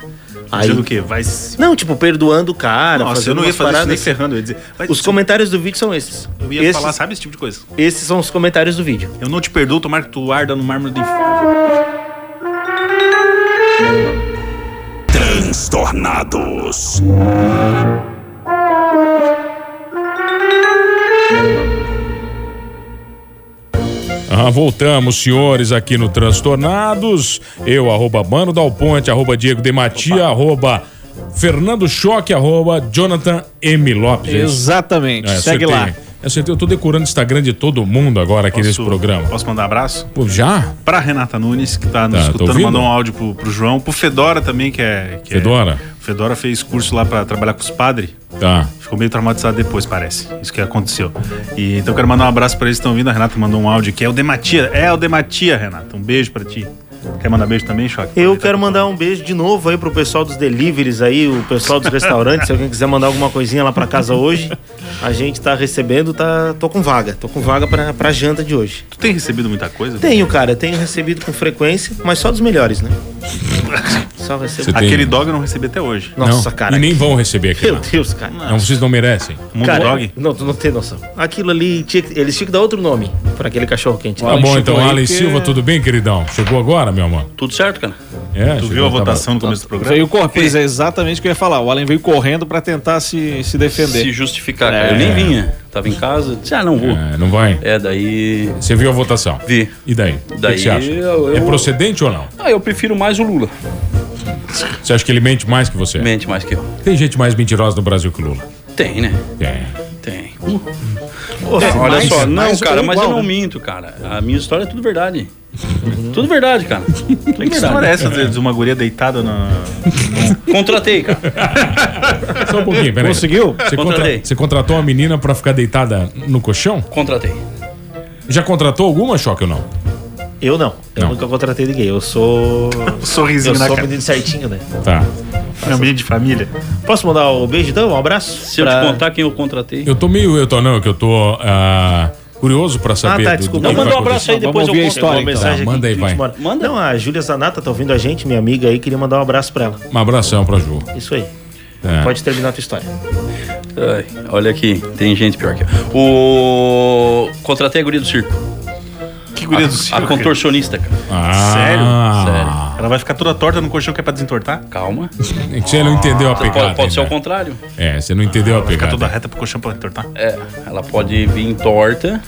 Aí,
Dizendo o quê? Vai se...
Não, tipo, perdoando o cara,
Nossa,
fazendo
eu não ia
umas
fazer isso nem
paradas. assim.
ferrando. Eu ia dizer, vai
Os
se-
comentários do vídeo são esses.
Eu ia
esses,
falar, sabe, esse tipo de coisa.
esses são os comentários do vídeo.
Eu não te perdoo, tomar que tu arda no mármore do inferno.
Transtornados.
Ah, voltamos, senhores, aqui no Transtornados. Eu, arroba Mano Dal Ponte, arroba Diego Dematia, arroba Fernando Choque, arroba Jonathan M. Lopes. é isso?
Exatamente.
É,
Segue
acertei.
lá.
Eu acertei, eu tô decorando o Instagram de todo mundo agora aqui nesse programa.
Posso mandar um abraço?
Pô, já?
pra Renata Nunes, que tá nos
Tá, tô
escutando,
ouvindo.
mandou um áudio pro, pro João, pro Fedora também, que é. que é-
Fedora?
o Fedora fez curso lá pra trabalhar com os padres.
Tá.
Ficou meio traumatizado depois, parece. Isso que aconteceu. E, então quero mandar um abraço pra eles que estão vindo. A Renata mandou um áudio que é o Dematia. É o Dematia, Renata. Um beijo pra ti. Quer mandar beijo também, Choque? Tá,
Eu
Aproveitar
quero
que-
mandar um beijo de novo aí pro pessoal dos deliveries aí, o pessoal dos restaurantes, se alguém quiser mandar alguma coisinha lá pra casa hoje, a gente tá recebendo, tá, tô com vaga, tô com vaga pra, pra janta de hoje.
Tu tem recebido muita coisa?
Tenho, cara, tenho recebido com frequência, mas só dos melhores, né? Só recebo.
Você tem-
Aquele dog eu não recebi até hoje.
Nossa,
não.
cara.
E nem vão receber aqui.
Meu
lá.
Deus, cara.
Não, vocês não merecem. Tá
Mundo
Cara,
dog?
Não, tu não tem noção. Aquilo ali, tinha que- eles tinham que dar outro nome pra aquele cachorro quente.
Tá bom, então,
chegou aí
Alan
que-
Silva, tudo bem, queridão? Chegou agora, meu amor?
Tudo certo, cara?
É,
Tu
chegou,
viu a
tava-
votação no começo do programa?
Veio correndo. Pois é exatamente o que eu ia falar. O Allen veio correndo pra tentar se, se defender.
Se justificar, cara. Eu
É.
nem vinha. Tava em casa, disse, ah, não vou.
É, não vai?
É, daí.
Você viu a votação?
Vi.
E daí? O que
Daí
que você acha?
eu-
É
eu-
procedente ou não?
Ah, eu prefiro mais o Lula.
Você acha que ele mente mais que você?
Mente mais que eu.
Tem gente mais mentirosa no Brasil que o Lula.
Tem, né?
Tem.
Tem. Uh. É, olha só, não,
mais ou
cara, mas
igual,
eu não
né?
minto, cara. A minha história é tudo verdade. Tudo verdade, cara. Tudo
Que história é
verdade.
essa de de uma guria deitada na.
Contratei, cara.
Só um pouquinho, peraí.
Conseguiu?
Você, contra-
Contratei.
você contratou uma menina pra ficar deitada no colchão?
Contratei.
Já contratou alguma, Choque, ou não?
Eu não. Eu
Não.
nunca contratei ninguém. Eu sou.
Sorrisinho
eu
na
sou
cara.
menino certinho, né?
Tá.
É um menino de família.
Posso mandar um beijo então? Um abraço?
Se eu
Pra- Ah,
te contar quem eu contratei.
Eu tô meio... Eu tô, não, é que eu tô ah, curioso pra saber...
Ah, tá,
do- do
desculpa.
que
Não,
vai
manda um abraço
acontecer.
aí,
Vamos
depois eu
ouvir a
conto
história,
uma
então.
mensagem
Tá,
aqui
manda aí,
que
vai.
demora. Não, a Júlia Zanata tá ouvindo a gente, minha amiga aí, queria mandar um abraço pra ela.
Um abração pra Ju.
Isso aí.
É.
Pode terminar a tua história.
Ai, olha aqui, tem gente pior que eu. O... Contratei a guria do circo.
Que guria do circo.
A contorcionista, cara.
Ah,
Ela vai ficar toda torta no colchão que é pra desentortar?
Calma.
sério. Você não entendeu a pegada.
Pode, pode ser um- o
ainda.
contrário.
É, você não entendeu a
Ficar toda
pegada.
reta pro colchão pra entortar.
É, ela pode vir torta,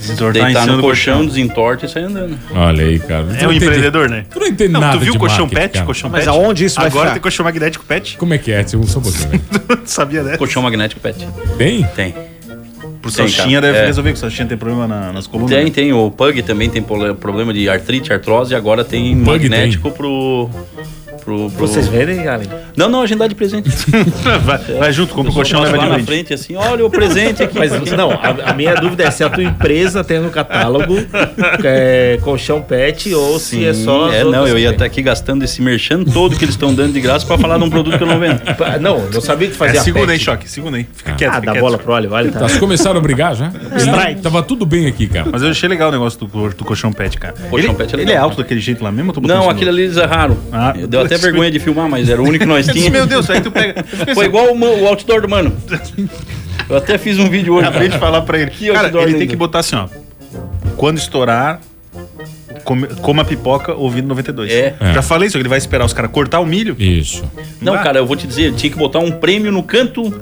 Desentortar em
deitar
cima
no
do
colchão,
colchão.
desentorta e sair andando.
Olha aí, cara.
É um empreendedor, né?
Tu não entende
Não,
nada
tu viu
de
o colchão
marketing,
pet?
cara.
Colchão
Mas
pet?
aonde isso vai
Agora
ficar?
tem colchão magnético pet?
Como é que é? Tio? Só um pouquinho, velho.
Tu sabia
né?
dessa?
Colchão magnético pet.
Tem?
Tem.
Pro
Tem,
Salchinha
cara.
deve
É.
resolver, que o Salchinha tem problema na- nas colunas.
Tem,
né?
tem. O Pug também tem pole- problema de artrite, artrose, e agora tem
Pug
magnético pro. Pro, pro...
Vocês vendem, Allen?
Não, não, agendar de presente.
vai, vai junto, compra o colchão e
Nós
leva
lá
de
na
brinde.
frente assim, olha o presente aqui.
Mas não, a, a minha dúvida é se a tua empresa tem no catálogo é, colchão pet ou se é só. as
É, não,
outras
eu
que
ia
tem.
estar aqui gastando esse merchan todo que eles estão dando de graça pra falar de um produto que eu não vendo.
Pa- Não, não sabia o que fazer.
É,
a
segunda
né?
aí,
pet.
choque, segunda aí. Fica quieto,
Ah,
fica
dá
quieto.
bola pro Allen, vale tá.
Tá, vocês começaram a brigar já?
Strike.
Tava tudo bem aqui, cara.
Mas eu achei legal o negócio do, cor- do colchão pet, cara.
Colchão
ele,
pet é
ele
legal,
é alto
cara.
daquele jeito lá mesmo? eu tô botando
Não,
isso
aquele
assim
é
no-
ali eles erraram.
Ah,
Deu até
putz,
vergonha de filmar, mas era o único que nós
Eu disse,
tínhamos.
Meu Deus, aí tu pega.
Foi igual o, o outdoor do mano. Eu até fiz um vídeo hoje. né?
Acabei de falar pra ele.
Que
cara,
outdoor
ele tem
lindo.
que botar assim, ó. Quando estourar, come, coma pipoca ouvindo 92.
É.
Já falei isso, ele vai esperar os caras cortar o milho.
Isso.
Não, cara, eu vou te dizer, eu tinha que botar um prêmio no canto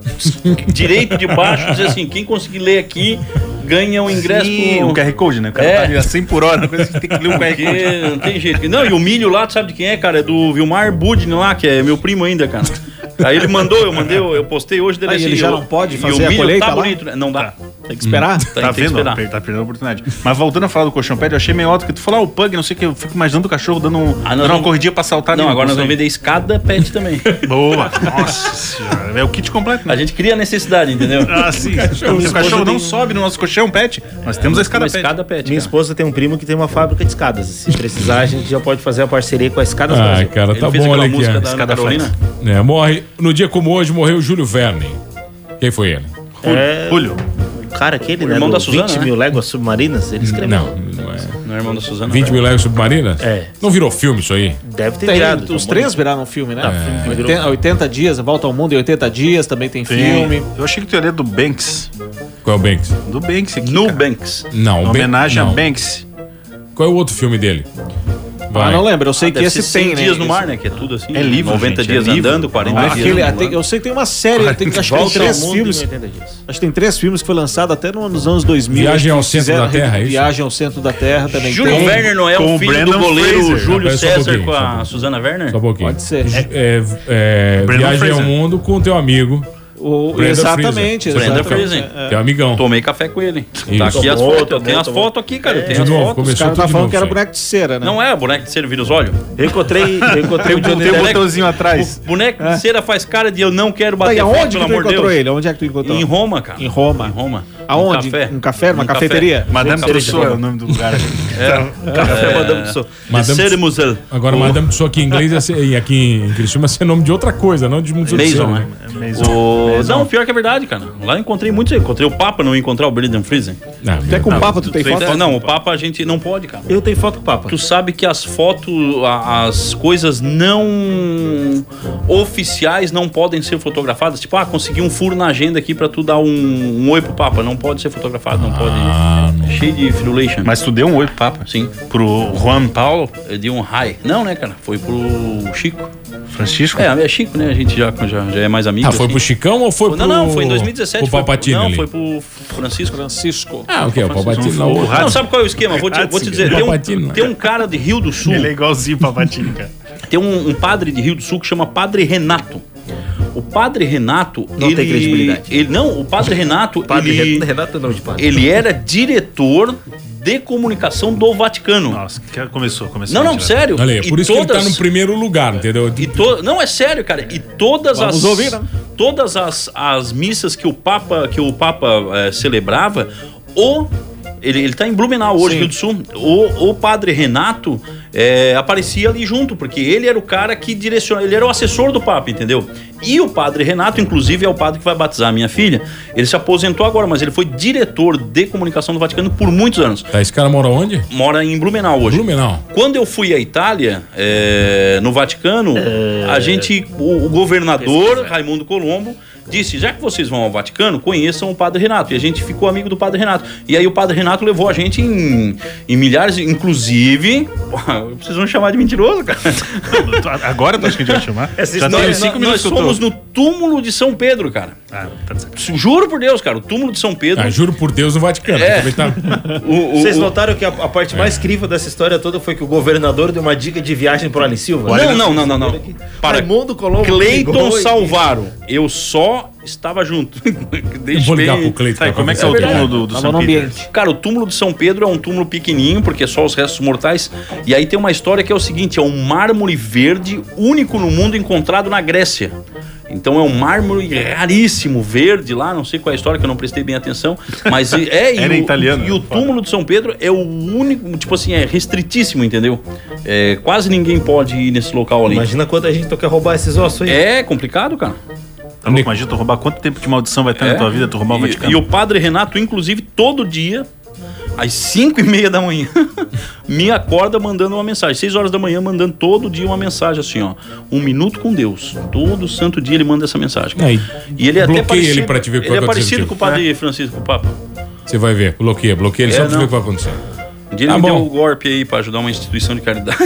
direito de baixo, dizer assim, quem conseguir ler aqui ganha um ingresso.
Sim,
pro-
o QR Code, né? O cara
É.
tá ali a 100 por hora, coisa que tem que ler o QR
Porque
Code.
não tem jeito. Não, e o milho lá, tu sabe de quem é, cara? É do Vilmar Budin lá, que é meu primo ainda, cara. Aí ele mandou, eu mandei, eu eu postei hoje dele assim,
Ah, e ele já
eu-
não pode
e
fazer
o
a
milho
colheita
tá
lá?
bonito, né? Não dá.
Tem que esperar?
Tem,
Tá
tem que
vendo?
esperar.
Per- Tá perdendo a oportunidade. Mas voltando a falar do colchão pet, eu achei meio alto que tu falou, ah, o pug, não sei o que, eu fico imaginando o cachorro dando, um,
Ah, nós
dando uma
vamos-
corridinha pra saltar.
Não,
nele,
agora nós vamos
consegue.
vender escada pet também.
Boa, nossa senhora. É o kit completo,
A
né?
gente um cria a necessidade, entendeu?
Ah, sim. Se o cachorro não sobe no nosso colchão é um pet, nós temos a escada
Uma
pet.
escada pet.
Minha
cara.
esposa tem um primo que tem uma fábrica de escadas. Se precisar, a gente já pode fazer a parceria com a Escadas
Ah,
Brasil.
cara,
Ele
tá
fez
bom,
aquela
olha aqui.
música da
ó.
Ana Carolina.
É, morre. No dia como hoje morreu o Júlio Verne. Quem foi ele?
É,
Julho.
o cara aquele,
O
né?
irmão
do
da Suzana,
20
né?
mil léguas submarinas, ele escreveu.
Não, não é.
Não é irmão da Suzana.
20 mil léguas submarinas?
É.
Não virou filme isso aí?
Deve ter
Tem,
virado.
os
tá
três
bom.
viraram um filme, né?
É.
80, 80 dias, Volta ao Mundo em 80 dias, também tem filme.
Eu achei que tu ia ler do Banks.
Qual é o Banks?
Do Banks aqui. cara.
Nubanks.
Não,
Uma
o Ban-
Homenagem
não.
a Banks.
Qual é o outro filme dele?
Ah,
Vai.
não lembro, eu sei que
Deve
esse
ser
tem, né?
dias no
Esse-
mar, né? Que é tudo assim.
É livro,
90
gente, é
dias
livro.
andando, 40
Ah,
dias.
Aquele,
no mar.
até- eu sei que é, tem uma série, tem, acho que tem
Volta ao
três
mundo em
filmes.
80 dias.
Acho que tem três filmes que foi lançado até no- nos anos 2000.
Viagem
acho que
ao Centro
fizeram
da Terra, é isso?
Viagem ao Centro da Terra também
Júlio
tem.
Werner não é
com
o
o
filho do
Brandon
goleiro
Fraser.
Júlio
Não, pera só um
César
pouquinho,
com
só um
a
pouquinho.
Suzana Werner?
Só um pouquinho.
Pode ser.
Ju- é, é,
Brandon
viagem ao
Fraser.
mundo com teu amigo.
O-
Brandon
exatamente,
Fraser.
Brandon
exatamente.
Fraser.
É, é.
Teu amigão.
Tomei café com ele.
Isso.
Tá aqui as
Tomou,
fotos. Eu tenho
tomou,
as
tomou.
fotos aqui, cara. Eu
De
tenho as
novo,
fotos.
Os caras
começou tudo
tá
de
falando
novo.
que era
isso aí.
boneco de cera, né?
É. Não é boneco de cera, vira os olhos.
Eu encontrei, eu encontrei o Johnny
Tem um
Depp.
botãozinho atrás.
Boneco de cera faz cara de eu não quero
Tá,
bater
e
foto,
aonde
pelo
que tu
amor de
encontrou
Deus.
ele? Onde é que tu encontrou?
Em Roma, cara.
Em Roma.
Em Roma.
Aonde? Um café, uma cafeteria?
Madame
Café.
Tussauds é o nome do lugar.
Café Madame Tussauds.
Madame
É. Cera
Tussauds.
Musel.
Agora, Madame Tussauds aqui em inglês ia ser- e aqui em Criciúma ia ser nome de outra coisa, não de muito
Mason, né?
Maison.
O-
Maison.
Não, pior que é verdade, cara. Lá eu encontrei muitos. Eu encontrei o Papa, não ia encontrar o Brendan Friesen.
Ah,
Até É com o Papa tu tem
Não, tá-
foto?
Não, o Papa a gente não pode, cara.
Eu tenho foto com o Papa.
Tu sabe que as fotos, a- as coisas não oficiais não podem ser fotografadas. Tipo, ah, consegui um furo na agenda aqui pra tu dar um, um oi pro Papa. Não pode ser fotografado, não pode. Cheio de firulation.
Mas tu deu um oi pro Papa.
Sim.
Pro Juan Paulo
Eu dei um hi. Não, né, cara? Foi pro Chico.
Francisco.
É, é Chico, né? A gente já, já, já é mais amigo.
Ah, foi pro Chicão ou foi pro.
Não, não, foi em 2017.
O
foi pro-
Papatino.
Não,
ali?
foi pro Francisco. Francisco.
Ah, o que? O Papatino na outra.
Não, sabe qual é o esquema? Vou te, vou te dizer. Tem um, tem um cara de Rio do Sul.
Ele é igualzinho o Papatinho, cara.
Tem um, um padre de Rio do Sul que chama Padre Renato. O Padre Renato.
Não
ele,
tem credibilidade.
Ele, não, o Padre Renato.
Padre
ele,
Renato não de padre.
ele era diretor de comunicação do Vaticano.
Nossa, que- começou, começou.
Não, não,
mentira.
sério.
Olha aí, por
E
isso que ele tá no primeiro lugar, entendeu?
e to- Não, é sério, cara. E todas
Vamos
as.
ouvir, né?
Todas as, as missas que o Papa, que o Papa eh, celebrava, o. Ele, ele tá em Blumenau hoje,
Sim.
Rio do Sul. O, o padre Renato eh, aparecia ali junto, porque ele era o cara que direcionava, ele era o assessor do Papa, entendeu? E o padre Renato, inclusive, é o padre que vai batizar a minha filha. Ele se aposentou agora, mas ele foi diretor de comunicação do Vaticano por muitos anos.
Tá, esse cara mora onde?
Mora em Blumenau hoje.
Blumenau.
Quando eu fui à Itália, é, no Vaticano, a gente, o, o governador Raimundo Colombo disse: já que vocês vão ao Vaticano, conheçam o Padre Renato. E a gente ficou amigo do Padre Renato. E aí o Padre Renato levou a gente em, em milhares, inclusive. Vocês vão chamar de mentiroso, cara?
Agora tu acha que a gente vai chamar?
Essa
Já
história-
tem
nós,
cinco
nós
minutos que eu tô-
fomos no túmulo de São Pedro, cara.
Ah, tá certo.
Juro por Deus, cara, o túmulo de São Pedro.
Ah, juro por Deus, no Vaticano.
É.
Também tá-
o- o-
Vocês
o-
notaram que a, a parte mais criva dessa história toda foi que o governador deu uma dica de viagem pro Ali Silva?
Não, não, não, não, não. Para.
Raimundo Colombo
Cleiton
ligou e-
Salvaro. Eu só estava junto.
Eu
Deixei...
Vou ligar pro Cleiton.
Tá, e
pra
como é que é o
conversar.
túmulo do, do
Tava
São
no
Pedro?
ambiente.
Cara, o túmulo de São Pedro é um túmulo pequenininho, porque é só os restos mortais. E aí tem uma história que é o seguinte: é um mármore verde único no mundo encontrado na Grécia. Então é um mármore raríssimo, verde lá, não sei qual é a história, que eu não prestei bem atenção. Mas e- é e
Era
o-
italiano,
E o
né?
túmulo de São Pedro é o único, tipo assim, é restritíssimo, entendeu? É, quase ninguém pode ir nesse local ali.
Imagina quanta gente tu quer roubar esses ossos aí.
É complicado, cara.
Tá louco, imagina tu roubar quanto tempo de maldição vai ter
É.
na tua vida, tu roubar o
E-
Vaticano.
E, o padre Renato, inclusive, todo dia, às 5 e meia da manhã, me acorda mandando uma mensagem. 6 horas da manhã, mandando todo dia uma mensagem assim, ó. Um minuto com Deus. Todo santo dia ele manda essa mensagem.
Aí,
E ele é até
bloqueia
parecido,
ele pra te ver o que
ele é
vai acontecer
parecido com o
contigo.
padre Francisco, o Papa.
Você vai ver. Bloqueia, bloqueia. Ele
É,
só pra ver
não.
o que vai acontecer.
Um dia ele
Tá
me
bom.
deu o golpe aí pra ajudar uma instituição de caridade.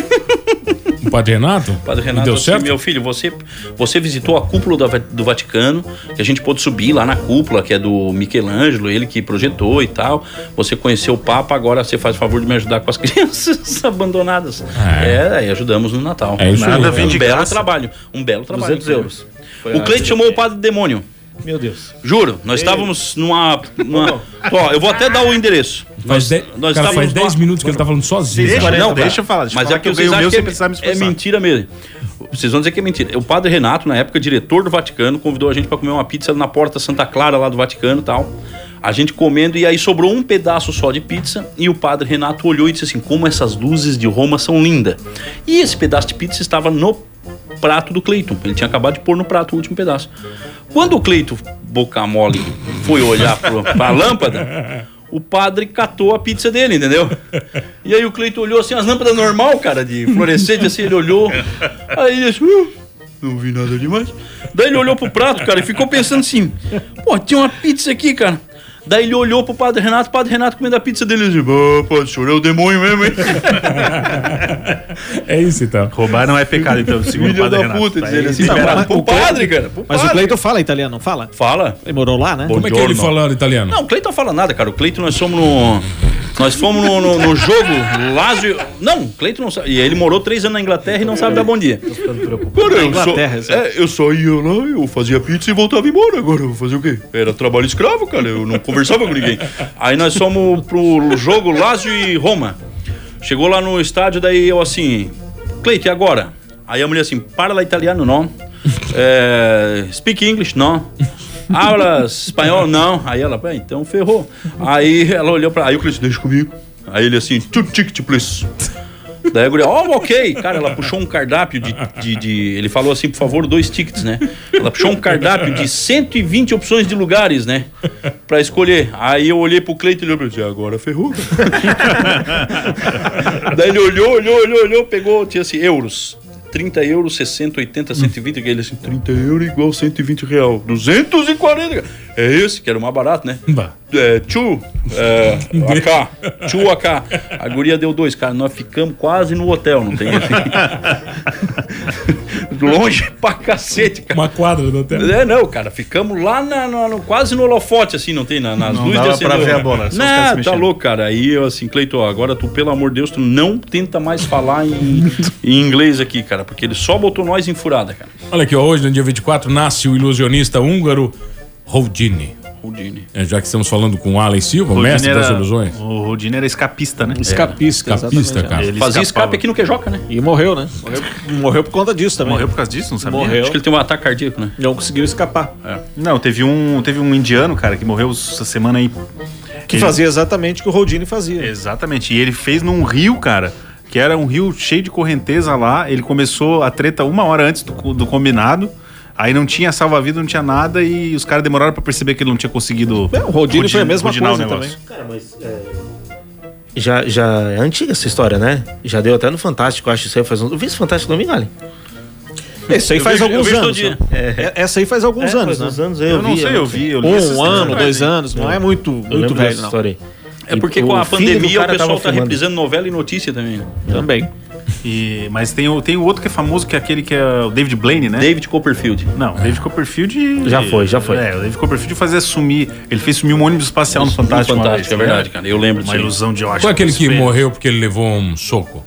O Padre Renato?
O padre Renato
Deu
assim,
certo?
meu filho, você, você visitou a cúpula da Va- do Vaticano, que a gente pôde subir lá na cúpula, que é do Michelangelo, ele que projetou e tal. Você conheceu o Papa, agora você faz o favor de me ajudar com as crianças abandonadas.
Ah, é.
É, aí ajudamos no Natal.
É isso
Nada
aí.
vem
um
de
belo
graça.
trabalho. Um belo trabalho.
200 euros. Foi
o
a-
Cleiton chamou o padre de demônio.
Meu Deus.
Juro, nós estávamos numa. numa- Ó, eu vou até dar o endereço.
Faz dez-
nós
cara, faz
estávamos
10
numa-
minutos que ele tá falando sozinho.
Deixa-
cara.
Não,
cara.
deixa eu falar, deixa eu
mas
falar
é
que
que
eu
vocês
ganho o
acham
meu
que
sem
é,
precisar me
é
esforçar.
mentira mesmo. Vocês vão dizer que é mentira. O padre Renato, na época, diretor do Vaticano, convidou a gente para comer uma pizza na Porta Santa Clara, lá do Vaticano e tal. A gente comendo e aí sobrou um pedaço só de pizza e o padre Renato olhou e disse assim: como essas luzes de Roma são lindas. E esse pedaço de pizza estava no prato do Cleiton. Ele tinha acabado de pôr no prato o último pedaço. Quando o Cleiton, boca mole, foi olhar para a lâmpada, o padre catou a pizza dele, entendeu? E aí o Cleiton olhou assim, as lâmpadas normal, cara, de fluorescente, assim, ele olhou. Aí ele disse, "Uh, não vi nada demais. Daí ele olhou pro prato, cara, e ficou pensando assim, pô, tinha uma pizza aqui, cara. Daí ele olhou pro padre Renato, o padre Renato comendo a pizza dele, ele disse, "Ah, padre, o senhor é o demônio mesmo, hein?
É isso então.
Roubar não é pecado, então, segundo o
Filho
padre
da
Renato.
puta,
Tá
diz ele
aí,
assim,
liberado.
"Mas pro padre, cara, pro
Mas o
padre."
Cleiton fala italiano, não fala?
Fala.
Ele morou lá, né?
Como é que ele
Buongiorno.
falando italiano?
Não, o Cleiton fala nada, cara. O Cleiton, nós fomos no. Nós fomos no, no- no jogo Lazio. Não, o Cleiton não sabe. E ele morou três anos na Inglaterra e não sabe dar bom dia. Cara, eu
Inglaterra,
só, é, eu só ia lá, eu fazia pizza e voltava embora. Agora eu vou fazer o quê? Era trabalho escravo, cara. Eu não conversava com ninguém. Aí nós fomos pro jogo Lazio e Roma. Chegou lá no estádio, daí eu assim, Cleiton, e agora? Aí a mulher assim, parla italiano, não. É, speak English, não. Habla espanhol, não. Aí ela, "Bem, então ferrou. Aí ela olhou pra. Aí o Cleiton, deixa comigo. Aí ele assim, two ticket, please. Daí a guria, oh, ok. Cara, ela puxou um cardápio de, de- de- Ele falou assim, por favor, dois tickets, né? Ela puxou um cardápio de 120 opções de lugares, né? Pra escolher. Aí eu olhei pro Cleiton e ele olhou pra mim, agora ferrou. Daí ele olhou, olhou, olhou, olhou, pegou, tinha assim, euros. 30 euros, 60, 80, 120. Ele assim, 30 euros igual 120 real. 240. cara. É esse, que era o mais barato, né?
Bah.
É, tchu, é, AK, tchu, AK. A guria deu dois, cara. Nós ficamos quase no hotel, não tem assim. Longe pra cacete, cara.
Uma quadra do hotel.
É, não, cara, ficamos lá na, na- no- quase no holofote, assim, não tem? Na, nas
Não
luzes
dava
de acendedor.
pra ver a bola, só os caras se
Não, tá
mexendo.
louco, cara. Aí eu assim, Cleiton, agora tu, pelo amor de Deus, tu não tenta mais falar em, em inglês aqui, cara, porque ele só botou nós em furada, cara.
Olha aqui, ó, hoje, no dia 24, nasce o ilusionista húngaro Houdini.
Rodine.
É, já que estamos falando com o Alan Silva,
Rodine
mestre
era-
das ilusões.
O Rodine era escapista, né?
Escapista, exatamente.
Capista, É,
assim.
cara.
Ele
Fazia
escapava.
escape aqui no Queijoca, né?
E morreu, né? Morreu, morreu por conta disso também.
É. Morreu por causa disso, não sabia?
Morreu.
Acho que ele tem um ataque cardíaco, né?
Não conseguiu escapar.
Não, teve um, teve um indiano, cara, que morreu essa semana aí.
Que
Ele-
fazia exatamente o que o Rodine fazia.
Exatamente. E ele fez num rio, cara, que era um rio cheio de correnteza lá. Ele começou a treta uma hora antes do, co- do combinado. Aí não tinha salva-vida, não tinha nada e os caras demoraram pra perceber que ele não tinha conseguido.
É, o Rodine
rodin-
foi a mesma
rodinar o
coisa
negócio.
também.
Cara, mas. é, Já, já é antiga essa história, né? Já deu até no Fantástico, eu acho. Isso aí faz um... Eu vi esse Fantástico domingo, Alien.
Isso aí
Eu
faz
vejo- eu
alguns
vejo todo
anos.
dia.
né? É, Essa aí faz alguns
É,
anos,
faz
né?
uns anos aí
Eu,
eu
não
vi,
sei, eu vi. Eu li
Um
esses tempos
ano,
atrás,
dois
hein?
anos, não é muito,
Eu
muito
lembro
velho,
dessa
não.
história aí.
É
E
porque com
o
a
filho do
pandemia o
cara
pessoal
tava
tá
filmando.
reprisando novela e notícia também. né?
Também.
E- mas tem o, tem o outro que é famoso, que é aquele que é o David Blaine, né?
David Copperfield.
Não, o David Copperfield.
Já foi, já foi.
É, o David Copperfield fazia sumir. Ele fez sumir um ônibus espacial no Fantástico. uma
Fantástico, é
vez, né?
verdade, cara. Eu lembro disso.
Uma
aí.
ilusão de eu acho.
Foi é aquele que
espelho.
morreu porque ele levou um soco?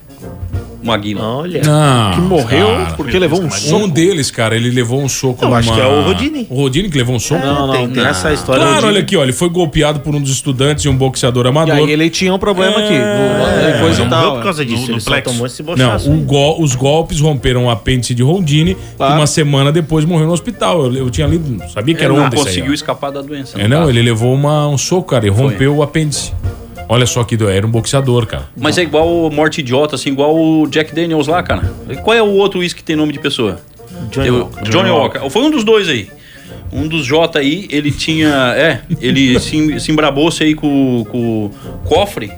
Uma guila.
Olha.
Não.
Que morreu
cara.
porque levou um
Um
soco.
deles, cara, ele levou um soco
Eu acho
numa-
que é o Rodine.
O Rodine que levou um soco?
Não, não,
tem, tem essa história.
Claro,
do-
olha aqui, ó, ele foi golpeado por um dos estudantes e um boxeador
E
amador.
aí ele tinha um problema aqui.
É.
No, coisa e
Não
tal, é.
deu por causa
no-
disso.
no
ele só
plexo.
tomou esse
Não, um
bochaço.
o gol- os golpes romperam o apêndice de Rondini
Claro.
e uma semana depois morreu no hospital. Eu, eu tinha lido, não sabia que
Ele
era
um
não
onda isso aí.
conseguiu
ó.
escapar da doença. Tá. no
É, não,
caso.
ele levou uma- um soco, cara, e rompeu o apêndice. Olha só que doido, era um boxeador, cara.
Mas é igual o Morte Idiota, assim, igual o Jack Daniels lá, cara. Qual é o outro uísque que tem nome de pessoa?
Johnny
Eu-
Walker.
Johnny Walker. Foi um dos dois aí. Um dos J aí, ele tinha. É, ele se, em- se embrabou-se aí com, com o cofre,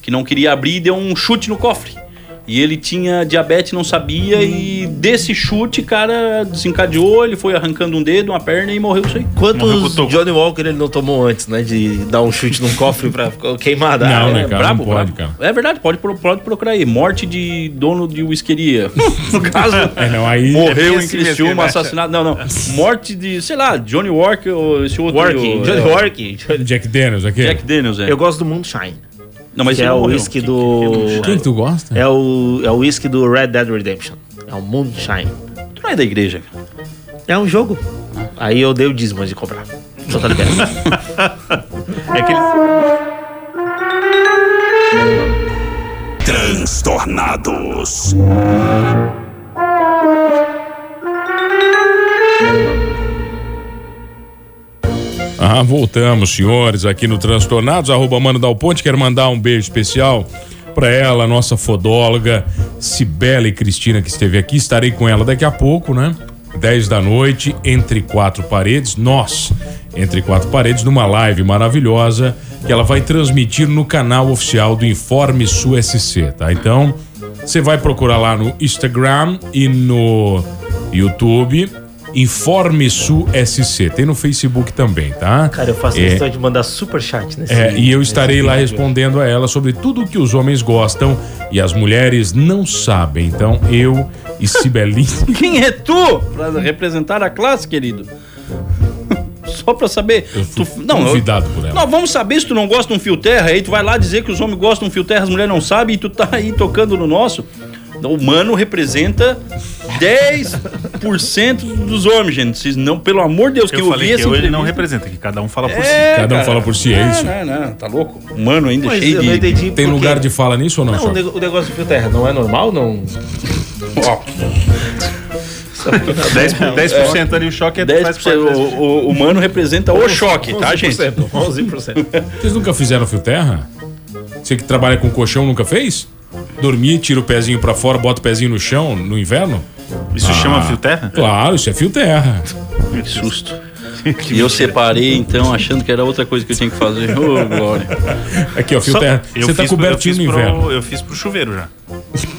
que não queria abrir e deu um chute no cofre. E ele tinha diabetes, não sabia, e desse chute, cara, desencadeou, ele foi arrancando um dedo, uma perna e morreu isso aí.
Morreu com o
Quantos
toco.
Johnny Walker ele não tomou antes, né? De dar um chute num cofre pra Ah, queimar da
Não,
área,
né, cara?
É brabo,
não pode,
brabo.
cara.
É verdade, pode, pro- pode procurar aí. Morte de dono de whiskeria. No caso,
É, não, aí.
morreu
É
em
assim mesmo,
Criciúma,
né?
assassinado. Não, não. Morte de, sei lá, Johnny Walker ou esse outro.
Working,
o-
Johnny
é,
Working.
Jack Daniels aqui.
Jack Daniels, é.
Eu gosto do Moonshine.
não, mas
que
ele
é
não
o
morreu.
whisky do.
Quem que tu gosta?
É o, é o whisky do Red Dead Redemption. É o Moonshine.
Tu não é da igreja, cara.
É um jogo. Aí eu dei o dízimo antes de comprar. Só tá liberado.
É aquele.
Transtornados.
Ah, voltamos, senhores, aqui no Transtornados, arroba Mano Dal Ponte, quero mandar um beijo especial pra ela, nossa fodóloga, Cibele Cristina, que esteve aqui, estarei com ela daqui a pouco, né? 10 da noite, entre quatro paredes, nós, entre quatro paredes, numa live maravilhosa que ela vai transmitir no canal oficial do Informe SC, tá? Então, você vai procurar lá no Instagram e no YouTube Informe Sul SC. Tem no Facebook também, tá?
Cara, eu faço
é,
questão de mandar super chat nesse.
é, e eu estarei lá respondendo a ela sobre tudo o que os homens gostam e as mulheres não sabem. Então, eu e Sibelinha.
Quem é tu pra representar a classe, querido? Só pra saber.
Eu fui
Tu- não, eu-
convidado por ela.
Nós vamos saber se tu não gosta de um fio terra, aí tu vai lá dizer que os homens gostam de um fio terra, as mulheres não sabem, e tu tá aí tocando no nosso. O humano representa 10% dos homens, gente. Vocês não, pelo amor de Deus, quem
Eu falei
ouvir
que
esse
eu, ele não representa, que cada um fala por
É,
É,
si.
Cada um fala por si, é isso.
Não, não, não, tá louco? Humano ainda
Mas
cheio
eu não
de.
entendi
Tem
por quê.
lugar de fala nisso ou não,
Não, o
Choque?
nego- o negócio do fio terra não é normal? Não.
Ó,
10%, por- 10% ali o choque é
10%, o, o humano representa o choque, tá, gente?
11%.
Vocês nunca fizeram fio terra? Você que trabalha com colchão nunca fez? Dormir, tira o pezinho pra fora, bota o pezinho no chão no inverno?
Isso
Ah.
chama fio terra?
Claro, isso é fio terra.
Que susto. E eu separei, então, achando que era outra coisa que eu tinha que fazer. Ô, Glória.
Aqui, ó, fio
Só-
terra.
eu
Você tá
fiz pro-
cobertinho no
eu fiz pro-
inverno.
Eu fiz pro chuveiro já.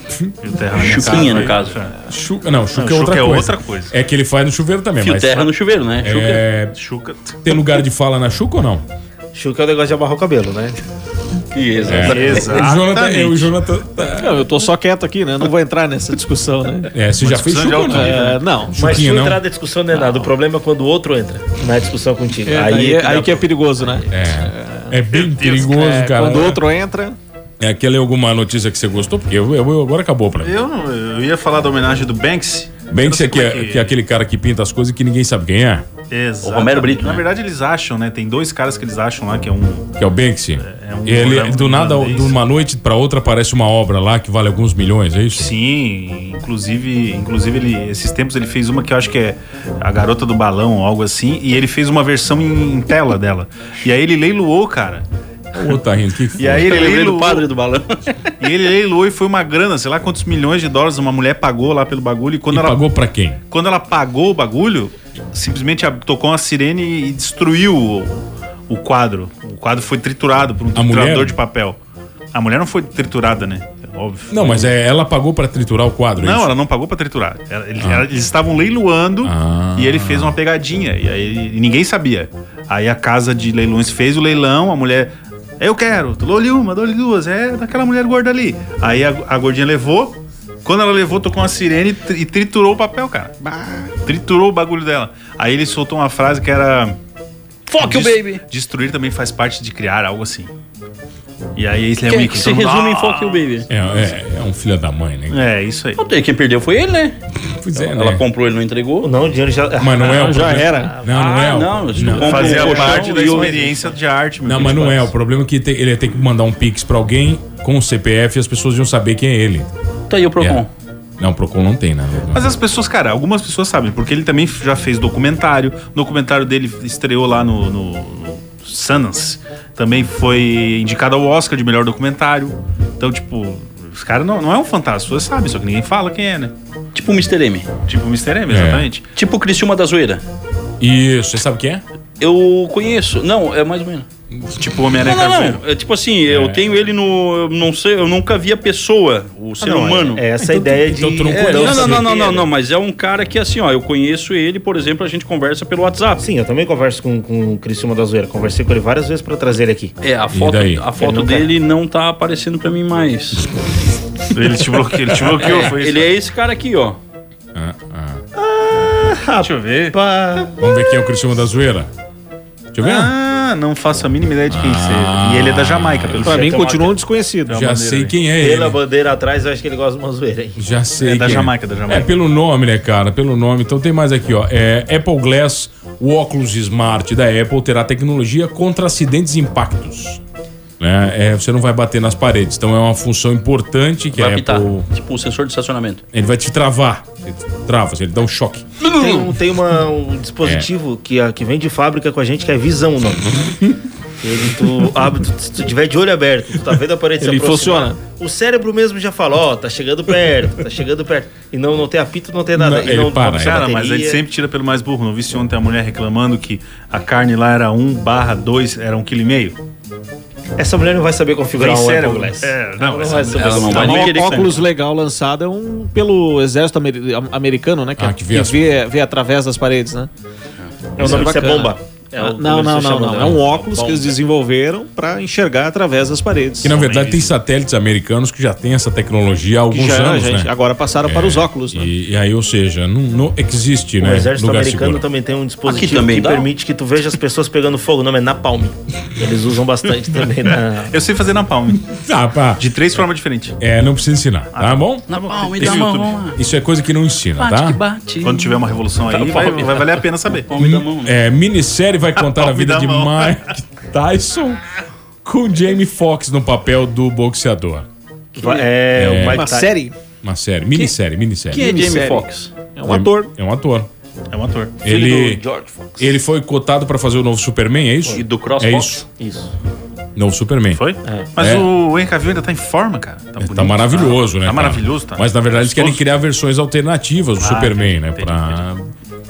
Fio terra né? na minha
Chupinha,
casa,
no caso.
aí-
Chuca, não, chuca,
Não,
é, outra
chuca é
coisa.
outra coisa.
É que ele faz no chuveiro também,
Fio
mas.
terra no chuveiro, né? Chuca.
É,
Chuca.
tem lugar de fala na chuca ou não?
Chuca é o negócio de amarrar o cabelo, né?
Isso,
É, O Jonathan, eu, o Jonathan. tá-
Não, eu tô só quieto aqui, né? Não vou entrar nessa discussão, né?
É, você já fez
discussão de
chuca ou
alto
não?
É, não.
Mas
Chuquinha,
tu
não?
entrar na discussão não é nada. O problema é quando o outro entra na discussão contigo.
É,
aí,
daí-
é que dá-
aí que é perigoso, né?
É. É bem perigoso, cara.
Quando o outro entra,
É aquela é alguma notícia que você gostou, porque eu, eu- eu- agora acabou pra mim.
Eu, não- eu ia falar da homenagem do Banks.
Bem
Eu
que é
não
você
sei como é
quer que é aquele cara que pinta as coisas que ninguém sabe quem é.
O Romero Brito.
Na
né?
verdade, eles acham, né? Tem dois caras que eles acham lá, que é um.
Que é o Banksy.
é um
ele,
programa
do nada,
irlandês.
de uma noite pra outra, aparece uma obra lá que vale alguns milhões, é isso?
Sim, inclusive, inclusive ele, esses tempos ele fez uma que eu acho que é A Garota do Balão ou algo assim, e ele fez uma versão em, em tela dela. E aí ele leiloou, cara.
Ô, tá rindo, que que foi?
E aí
Eu
ele
lembrei do
Então,
leiloou,
padre do balão.
e ele leiloou e foi uma grana, sei lá quantos milhões de dólares uma mulher pagou lá pelo bagulho. E quando,
E
ela,
pagou pra quem?
quando ela pagou o bagulho, simplesmente ab- tocou uma sirene e destruiu o, o quadro. O quadro foi triturado por um triturador
mulher?
de papel. A mulher não foi triturada, né? Óbvio.
Não, mas é, ela pagou pra triturar o quadro, é
Não,
isso?
ela não pagou pra triturar. Ela- ele- ela- eles estavam leiloando
Ah.
e ele fez uma pegadinha. E aí e ninguém sabia. Aí a casa de leilões fez o leilão, a mulher. Eu quero, dou-lhe uma, dou-lhe duas, é daquela mulher gorda ali. Aí a, a gordinha levou. Quando ela levou, tocou uma sirene e tri- e triturou o papel, cara. Bah, triturou o bagulho dela. Aí ele soltou uma frase que era.
Fuck you,
"Des-
baby!
Destruir também faz parte de criar, algo assim. E aí é eles
Que, é
lembram
que se resume em fuck you, baby.
É, é, é um filho da mãe, né?
Ah. É, isso aí.
Não tem, quem perdeu foi ele, né?
Pois é,
Ela
né?
comprou, ele não entregou.
Não, o dinheiro já.
Mas não é o
Ah, Já
problema.
era.
Não, não é.
Ah,
o-
não, isso não compra.
Fazia
Um colchão
parte da
e o-
experiência de arte, meu
Não,
filho,
mas não é.
parece.
O problema é que tem- ele ia ter que mandar um pix pra alguém com o CPF e as pessoas iam saber quem é ele.
Tá aí o Procon.
É. Não, Procon não tem, né?
Mas as pessoas, cara, algumas pessoas sabem, porque ele também já fez documentário. O documentário dele estreou lá no, no, no Sundance. Também foi indicado ao Oscar de melhor documentário. Então, tipo, os caras não, não é um fantasma, as pessoas sabem, só que ninguém fala quem é, né?
Tipo o Mr. M.
Tipo o Mr. M,
É.
exatamente.
Tipo o Criciúma da Zoeira.
Isso, você sabe quem é?
Eu conheço. Não, é mais ou menos.
Tipo o Homem-Aranha
Não, não,
Carveiro.
não. É tipo assim, eu tenho ele no. eu Não sei, eu nunca vi a pessoa, o ser humano.
É essa
Então tu-
ideia
então
de.
tu não
é,
conhece.
Não, não, não, não, não,
certeza.
não, mas é um cara que assim, ó, eu conheço ele, por exemplo, a gente conversa pelo WhatsApp.
Sim, eu também converso com, com o Criciúma da Zoeira. Conversei com ele várias vezes pra trazer ele aqui.
É, a
E
foto,
daí?
a foto
Ele nunca-
dele não tá aparecendo pra mim mais.
Ele te bloqueou, ele te bloqueou, foi isso.
Ele é esse cara aqui, ó.
Ah, ah.
Deixa eu ver.
Vamos ver quem é o Cristiano da Zoeira. Deixa eu ver.
Ah, não faço a mínima ideia de quem seja. E ele é da Jamaica, pelo
Pra
jeito.
mim
tem uma-
continua um desconhecido.
Já
bandeira
sei
aí.
quem é ele.
Pela bandeira atrás, eu acho que ele gosta de uma zoeira, hein?
Já sei.
É da
quem
Jamaica, da Jamaica.
É pelo nome, né, cara? Pelo nome. Então tem mais aqui, ó. É Apple Glass, o óculos smart da Apple terá tecnologia contra acidentes e impactos. Né? É, você não vai bater nas paredes. Então é uma função importante que
Vai
a
apitar.
Apple.
Tipo o sensor de estacionamento.
Ele vai te travar. Ele trava, ele dá um choque.
Tem, um, tem uma- um dispositivo que, a- que vem de fábrica com a gente que é visão o nome. Ele, tu abre, tu, se tu tiver de olho aberto, tu tá vendo a parede se
Ele
aproximar,
funciona.
O cérebro mesmo já fala, ó, tá chegando perto, tá chegando perto. E não, não tem apito, não tem nada.
Não,
E
ele
não,
para,
não precisa
Cara,
bateria.
mas ele sempre tira pelo mais burro. Não vi se ontem a mulher reclamando que a carne lá era 1 barra 2, era 1,5 kg.
Essa mulher não vai saber configurar
Vem
um
sério,
Apple Glass.
é, não,
ela
essa-
vai saber.
ela não vai.
Tá
Mas
Um
nem queria que
óculos legal lançado é um pelo exército ameri- am- americano, né? Que,
Ah,
é- que
que vê
vê,
as-
vê, através das paredes, né?
bom. É o nome disso é
bacana.
bomba. É o-
Ah,
como
não,
eles
não, não,
chamam,
não.
né?
É um óculos
Bom.
que eles desenvolveram pra enxergar através das paredes.
Que é na verdade tem satélites americanos que já têm essa tecnologia há
Que
alguns
é
já,
anos,
gente,
né?
Agora passaram para os óculos, né?
E, e aí, ou seja, não, não existe,
O
né?
exército
lugar
americano
seguro.
também tem um dispositivo
também
que
dá?
permite que tu veja as pessoas pegando fogo. O nome é Napalm. Eles usam bastante também na,
Eu sei fazer na palma.
Tá, pá.
De três formas diferentes.
É, não precisa ensinar,
Ah.
tá bom?
Na palma, me
Tem
dá
no
uma
YouTube.
mão lá.
Isso é coisa que não ensina,
Bate
tá?
que bate.
Quando tiver uma revolução aí, vai, vai valer a pena saber.
Palme da mão. né?
É, minissérie vai contar a
Palme
vida
da
de
mão.
Mike Tyson com Jamie Foxx no papel do boxeador.
Va- É,
É.
o Mike
Uma
Tyson.
série
Uma série, minissérie, minissérie.
Quem é Jamie
Minissérie.
Foxx?
é um ator.
É um ator.
É um ator.
Filho
Ele,
do George Fox.
ele foi cotado pra fazer o novo Superman, é isso?
E do Cross
É
Fox.
isso,
Isso.
novo Superman.
Foi? Mas
É.
o Henry Cavill ainda tá em forma, cara. Tá, bonito,
Tá maravilhoso,
tá,
né? cara?
Tá maravilhoso, tá?
Mas na verdade eles querem
Gostoso.
criar versões alternativas
Ah,
do Superman,
entendi,
né?
entendi,
Pra...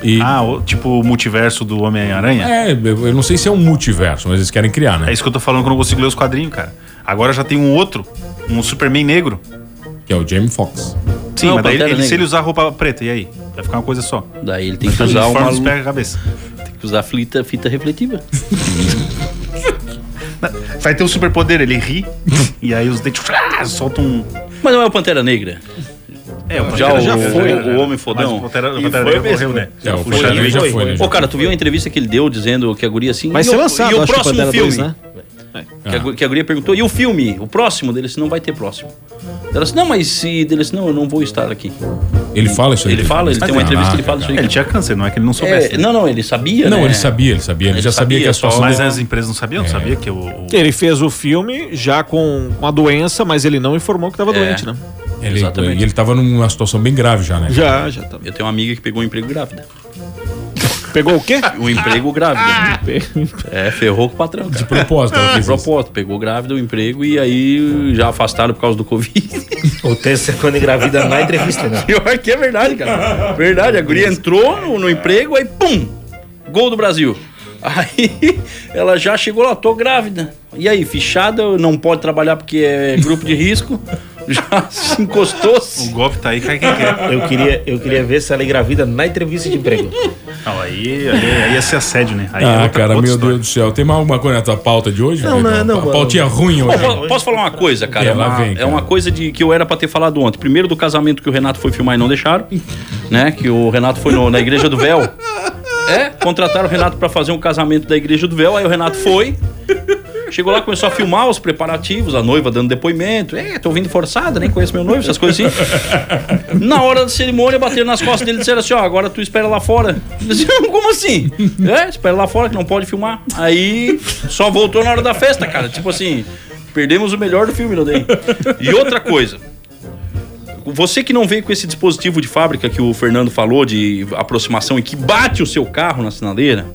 E,
Ah, o- tipo o multiverso do Homem-Aranha?
É, eu eu não sei se é um multiverso, mas eles querem criar,
É.
né?
isso que eu tô falando que eu não consigo ler os quadrinhos, cara. Agora já tem um outro, um Superman negro.
Que é o Jamie Foxx.
Sim,
Não,
mas daí
Pantera
ele, ele- se
Negra.
ele usar roupa preta, e aí? Vai ficar uma coisa só.
Daí ele tem que
Os
usar uma
uniformes
lu-
pega a cabeça.
tem que usar fita, fita refletiva.
Vai ter o superpoder, ele ri, e aí os dentes ah, soltam um.
Mas não é o Pantera Negra.
É, o
Já né?
Pantera
o-
foi,
o Homem Fodão.
Mas o Pantera, o
E
Pantera
foi
Negra
mesmo,
morreu, né?
É, o
Foi,
Puxa
já
já
foi,
foi, né?
Ô, cara, tu viu a entrevista que ele deu dizendo que a guria assim.
Vai
"E
ser
o-
lançado,
E o
acho que
próximo
Pantera
filme?
2, né?
Que,
Ah.
a, gu- que a guria perguntou, e o filme? O próximo? Dele disse, não vai ter próximo. Ela disse, não, mas se... Dele disse, não, eu não vou estar aqui.
Ele fala isso aí. né?
Ele fala, ele tem uma entrevista que ele fala
Caraca,
isso aí.
Ele tinha câncer, não é que ele não soubesse.
É, não, não, ele sabia,
né? Não,
né?
ele sabia, ele sabia. Ele,
Ele
já sabia,
sabia,
que a
só-
situação.
Mas
dele-
as empresas não
É.
sabiam, sabia que o. o-
Ele fez o filme já com com a doença, mas ele não informou que estava doente, né?
ele,
Exatamente.
e ele tava numa situação bem grave já, né?
Já, já tá.
Eu tenho uma amiga que pegou um emprego grávida.
Pegou o quê?
Um emprego grávida. é, ferrou com o patrão, cara.
Ah. Propósito, ela
De
fez isso.
propósito, pegou grávida o emprego e aí já afastaram por causa do Covid.
O terça é quando engravida na entrevista, né?
Pior que é verdade, cara. Verdade, a guria entrou no, no emprego, aí pum! Gol do Brasil. Aí ela já chegou lá, tô grávida. E aí, fichada, não pode trabalhar porque é grupo de risco. Já se encostou.
O golpe tá aí, cai quem quer.
Eu queria, eu queria ver se ela engravida na entrevista de emprego.
Não, aí, aí, aí ia ser assédio, né? Aí é
Ah,
outra-
cara, meu
outra história.
Deus do céu. Tem mais alguma coisa na tua pauta de hoje?
Não,
Vitor?
não, não,
A
mano.
pautinha ruim
Pô,
hoje.
po- posso falar uma coisa, cara?
É,
É
lá
uma,
vem, cara.
é uma coisa de que eu era pra ter falado ontem. Primeiro do casamento que o Renato foi filmar e não deixaram, né? Que o Renato foi no- na igreja do véu. É, contrataram o Renato pra fazer um casamento da igreja do véu, aí o Renato foi. Chegou lá, começou a filmar os preparativos, a noiva dando depoimento. É, tô vindo forçada, nem conheço meu noivo, essas coisas assim. Na hora da cerimônia, bateram nas costas dele e disseram assim: ó, agora tu espera lá fora. Ele disse, Como assim? É, espera lá fora que não pode filmar. Aí só voltou na hora da festa, cara. Tipo assim, perdemos o melhor do filme, não é? tem? E outra coisa. Você que não veio com esse dispositivo de fábrica que o Fernando falou de aproximação e que bate o seu carro na sinaleira,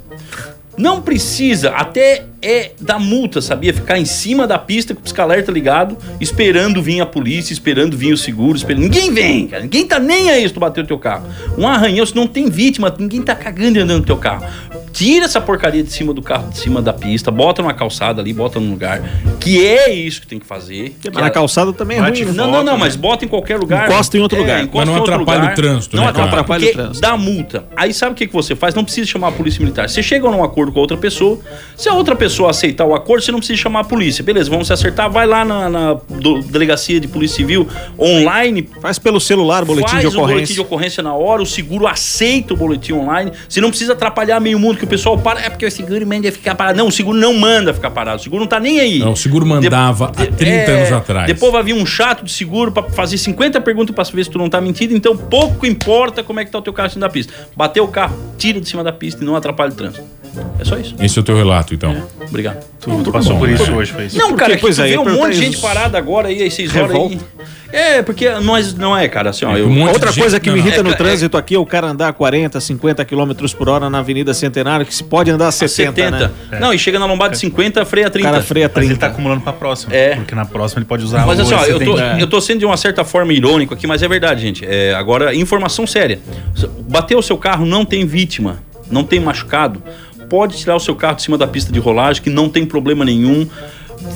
não precisa, até é da multa, sabia? Ficar em cima da pista com o pisca-alerta ligado, esperando vir a polícia, esperando vir o seguro, esperando. Ninguém vem, cara. Ninguém tá nem aí se tu bater o teu carro. Um arranhão, se não tem vítima, ninguém tá cagando e andando no teu carro. Tira essa porcaria de cima do carro, de cima da pista, bota numa calçada ali, bota num lugar. Que é isso que tem que fazer. Que
Mas na
é-
calçada também é
Bate
ruim, né?
não,
foto,
não, não,
né?
mas bota em qualquer lugar. É,
Encosta em outro lugar.
encosta
Mas não
em outro
atrapalha
lugar.
o trânsito,
Não
né, cara?
atrapalha o
Porque
trânsito. Dá multa. Aí sabe o que, que você faz? Não precisa chamar a polícia militar. Você chega num acordo com a outra pessoa. Se a outra pessoa aceitar o acordo, você não precisa chamar a polícia. Beleza, vamos se acertar. Vai lá na, na do- delegacia de polícia civil online,
Faz pelo celular, boletim
faz
de
o boletim de
ocorrência.
ocorrência na hora, o seguro aceita o boletim online. Você não precisa atrapalhar meio mundo que o pessoal para. É porque o seguro manda ficar parado. Não, o seguro não manda ficar parado. O seguro não tá nem aí. é,
Não, o seguro mandava há 30 anos atrás.
Depois vai vir um chato de seguro pra fazer 50 perguntas pra ver se tu não tá mentindo. Então pouco importa como é que tá o teu carro em cima da pista. Bateu o carro, tira de cima da pista e não atrapalha o trânsito. É só isso.
Esse é o teu relato, então.
Obrigado.
Tu,
Tá
tu passou
né?
por isso hoje, foi isso.
Não, cara,
Pois
pois tu
é,
vê
eu
um monte de
perguntei
gente
isso.
parada agora aí às 6 horas
Revolta.
aí. É, porque nós não é, cara, assim, ó,
É,
eu,
um monte
Outra
de gente-
coisa que
não,
me
não.
irrita no
É, é.
trânsito aqui é o cara andar a 40, 50 km por hora na Avenida Centenário, que se pode andar a 70,
70.
né?
Não, e chega na lombada de 50, freia
O
30.
cara freia
Mas ele
30.
tá acumulando pra próxima.
É.
Porque na próxima ele pode usar
Mas
o
assim, ó, eu tô,
excedente.
eu tô sendo de uma certa forma irônico aqui, mas é verdade, gente. É, agora, informação séria. Bateu o seu carro, não tem vítima, não tem machucado. Pode tirar o seu carro de cima da pista de rolagem, que não tem problema nenhum.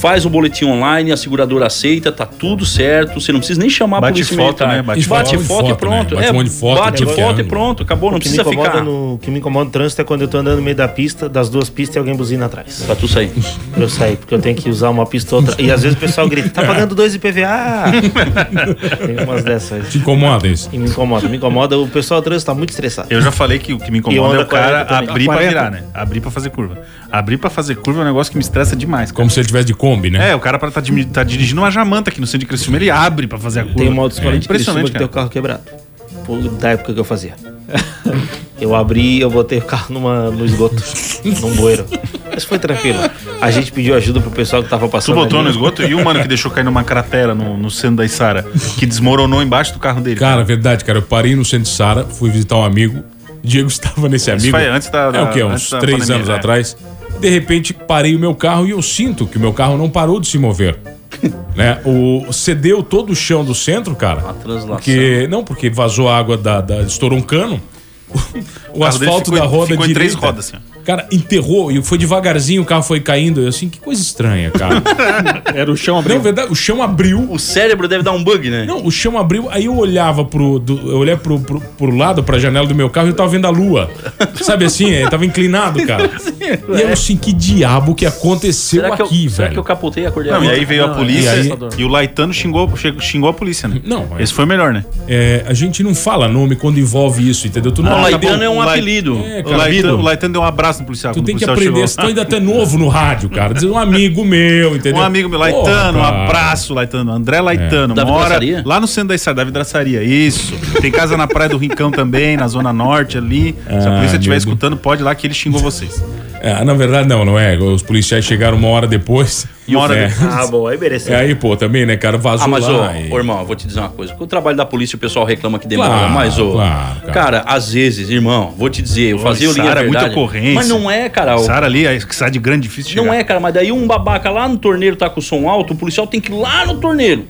Faz o boletim online, a seguradora aceita, tá tudo certo. Você não precisa nem chamar
Bate
a polícia
foto,
militar.
né? Bate
Bate,
foto.
foto, e
Foto,
pronto. É,
né? Bate um monte de foto,
bate
de qualquer
foto e
ângulo.
pronto. Acabou, não
O que, me
precisa
incomoda é
ficar.
no, o que me incomoda no trânsito é quando eu tô andando no meio da pista, das duas pistas e alguém buzina atrás.
Pra tu sair.
Pra eu sair, porque eu tenho que usar uma pista ou outra. E às vezes o pessoal grita, tá pagando dois IPVA! Tem umas dessas.
é, Te incomoda isso.
E me incomoda, me incomoda. O pessoal do trânsito tá muito estressado.
Eu já falei que o que me
E
incomoda
onda
é o
40
cara
também.
abrir pra
40.
virar, né? Abrir pra fazer curva. Abrir pra fazer curva é um negócio que me estressa demais. cara.
Como se ele tivesse de Kombi, né?
É, o cara pra tá, dimi- tá dirigindo uma jamanta aqui no centro de Criciúma, ele abre pra fazer a curva.
Tem uma autoescola de Criciúma
é Impressionante,
que tem o
cara.
carro quebrado. Pô, Da época que eu fazia. Eu abri, eu botei o carro numa, no esgoto, num bueiro. Mas foi tranquilo. A gente pediu ajuda pro pessoal que tava
Tu
passando.
botou no
ali.
esgoto e o mano que deixou cair numa cratera no, no centro da Isara, que desmoronou embaixo do carro dele. né?
Cara, verdade, cara. Eu parei no centro de Sara, fui visitar um amigo. Diego estava nesse amigo.
foi antes da-
É o quê?
da-
Uns
antes da
três
pandemia,
anos
né?
atrás. De repente, parei o meu carro e eu sinto que o meu carro não parou de se mover. né? O, cedeu todo o chão do centro, cara.
A translação.
Porque, não, porque vazou água da. da- estourou um cano. O,
carro dele
asfalto
ficou-
da roda
ficou em
direita.
três rodas, assim, ó.
Cara, enterrou e foi devagarzinho, o carro foi caindo. Eu assim, que coisa estranha, cara.
Era o chão
não,
abrindo.
verdade, o chão abriu.
O cérebro deve dar um bug, né?
Não, o chão abriu, aí eu olhava pro. do- eu olhei pro, pro, pro lado, pra janela do meu carro e eu tava vendo a lua. Sabe assim? Eu tava inclinado, cara. E eu assim, que diabo que aconteceu
será, que eu,
aqui, velho?
será que eu capotei a cordeira?
Não, e aí veio a
é
polícia e,
assustador.
o Laitano xingou, che- xingou a polícia, né?
Não, é-
Esse foi o melhor, né?
É, a gente não fala nome quando envolve isso, entendeu? Tu não
O
acaba-
tá
Laidano é um
Lai-
apelido.
É,
O Laitano,
Cabido.
o Laitano deu um abraço abraço no policial.
Tu
quando
tem
o
que
policial
aprender, se tu
chegou.
ainda tá novo no rádio, cara. Diz um amigo meu, entendeu?
Um amigo meu,
Porra,
Laitano, um
cara.
abraço, Laitano. André Laitano,
Da
mora
vidraçaria?
lá no centro da estrada, da vidraçaria, isso. Tem casa na Praia do Rincão também, na Zona Norte ali. Se a
Ah,
polícia estiver
meu Deus.
escutando, pode ir lá que ele xingou vocês.
É, na verdade, não, não é. Os policiais chegaram uma hora depois.
E uma hora
é.
depois.
Ah, bom, aí mereceu.
É aí, pô, também, né, cara? Vazou
Ah, mas, ô,
lá. e-
ô, irmão, eu vou te dizer uma coisa. Com O trabalho da polícia, o pessoal reclama que demora.
Claro,
mas, ô,
claro, cara.
cara. às vezes, irmão, vou te dizer, eu fazia o linha
Sara,
verdade.
muita ocorrência.
Mas não é, cara. o-
Sara ali, aí que sai de grande, difícil chegar.
Não é, cara, mas daí um babaca lá no torneiro tá com o som alto, o policial tem que ir lá no torneiro.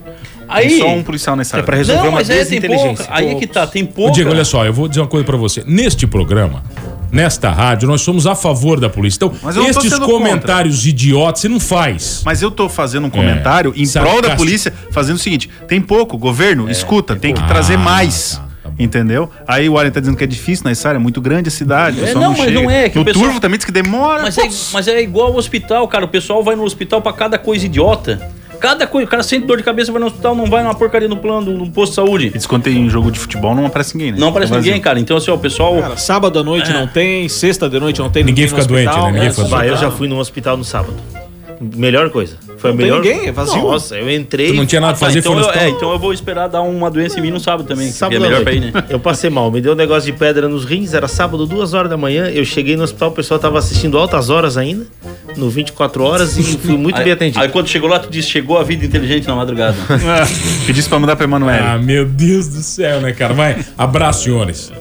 Aí.
Tem só um policial
É
nessa área.
É pra resolver
não,
uma
mas aí tem pouca.
desinteligência.
Aí é que tá, tem
Ô,
pouca.
Diego, olha só, eu vou dizer uma coisa pra você. Neste programa, nesta rádio, nós somos a favor da polícia. Então,
Mas eu não tô
estes
sendo
comentários idiotas, você não faz.
Mas eu tô fazendo
É.
um comentário em
Sarcástico.
prol da polícia, fazendo o seguinte: tem pouco, governo, escuta, tem, que trazer
É, Ah,
mais.
tá, tá bom.
Entendeu? Aí o Warren tá dizendo que é difícil na área, é muito grande a cidade. o
É,
pessoal
não, mas
chega.
não é, que
no
o pessoal-
Turvo também diz que demora.
Mas
pô.
é, mas é igual ao hospital, cara. O pessoal vai no hospital pra cada coisa idiota. Cada coisa, o cara sente dor de cabeça, vai no hospital, não vai numa porcaria no plano, no posto de saúde.
Eles quando tem jogo de futebol não aparece ninguém, né?
Não aparece
Vazio.
ninguém, cara. Então, assim, ó, o pessoal.
Cara, sábado à noite não tem, sexta de noite não tem.
Ninguém
no
fica doente,
hospital,
né? Ninguém fica
Bah, eu já fui num hospital no sábado. Melhor coisa. Foi a
tem
melhor.
ninguém, é vazio.
Nossa, eu entrei.
Tu não tinha nada pra
Ah,
fazer,
então,
foi no
eu, é,
hospital?
então eu vou esperar dar uma doença em mim no sábado também. que é
Sábado à
melhor
noite.
pra ir, né?
Eu passei mal, me deu um negócio de pedra nos rins, era sábado, duas horas da manhã. Eu cheguei no hospital, o pessoal tava assistindo altas horas ainda, no 24 horas, e fui muito
aí,
bem atendido.
Aí quando chegou lá, tu disse, chegou a vida inteligente na madrugada.
Pedisse pra mandar pra Emanuele.
Ah, meu Deus do céu, né, cara? Vai, abraço, senhores.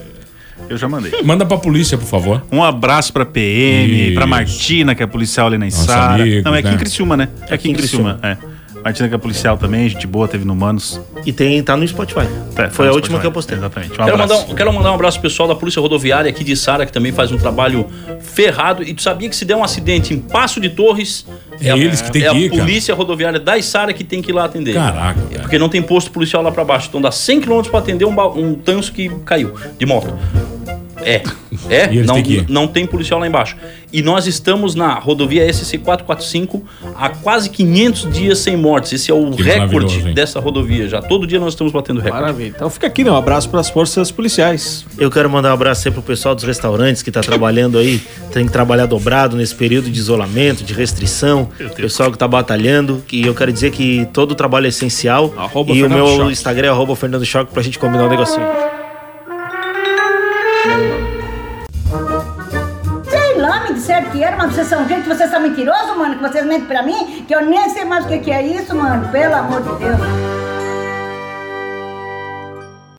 Eu já mandei.
Manda pra polícia, por favor.
Um abraço pra PM,
Isso.
pra Martina, que é policial ali na
Nossa
Isara.
amiga,
Não, é aqui
né?
em Criciúma, né? É aqui em Criciúma, é. Martina, que é policial também, gente boa, teve no Manos.
E tem, tá no Spotify.
Tá,
Foi
tá
a
no
última
Spotify.
que eu postei.
Exatamente. Um
quero, mandar,
abraço.
um- quero mandar um abraço pro pessoal da Polícia Rodoviária aqui de Sara, que também faz um trabalho ferrado. E tu sabia que se der um acidente em Passo de Torres,
É eles que tem
é
que ir,
a
cara.
Polícia Rodoviária da Sara que tem que ir lá atender.
Caraca,
É
velho.
porque não tem posto policial lá pra baixo. Então dá 100 km pra atender um, ba- um tanso que caiu de moto. É, é,
E eles
não,
têm que ir.
não tem policial lá embaixo. E nós estamos na rodovia SC 445 há quase 500 dias sem mortes. Esse é o
Que
recorde
maravilhoso, hein?
dessa rodovia já. Todo dia nós estamos batendo recorde.
Maravilha. Então fica aqui, né? Um abraço para as forças policiais.
Eu quero mandar um abraço aí pro pessoal dos restaurantes que tá trabalhando aí. Tem que trabalhar dobrado nesse período de isolamento, de restrição. Pessoal que tá batalhando. E eu quero dizer que todo o trabalho é essencial.
Arroba
e o
Fernando
meu
Schock.
Instagram é arroba Fernando Choque pra gente combinar um negocinho.
Sei lá, me disseram que era, mas vocês são gente, vocês são mentirosos, mano, que vocês mentem pra mim, que eu nem sei mais o que, que é isso, mano, pelo amor de Deus.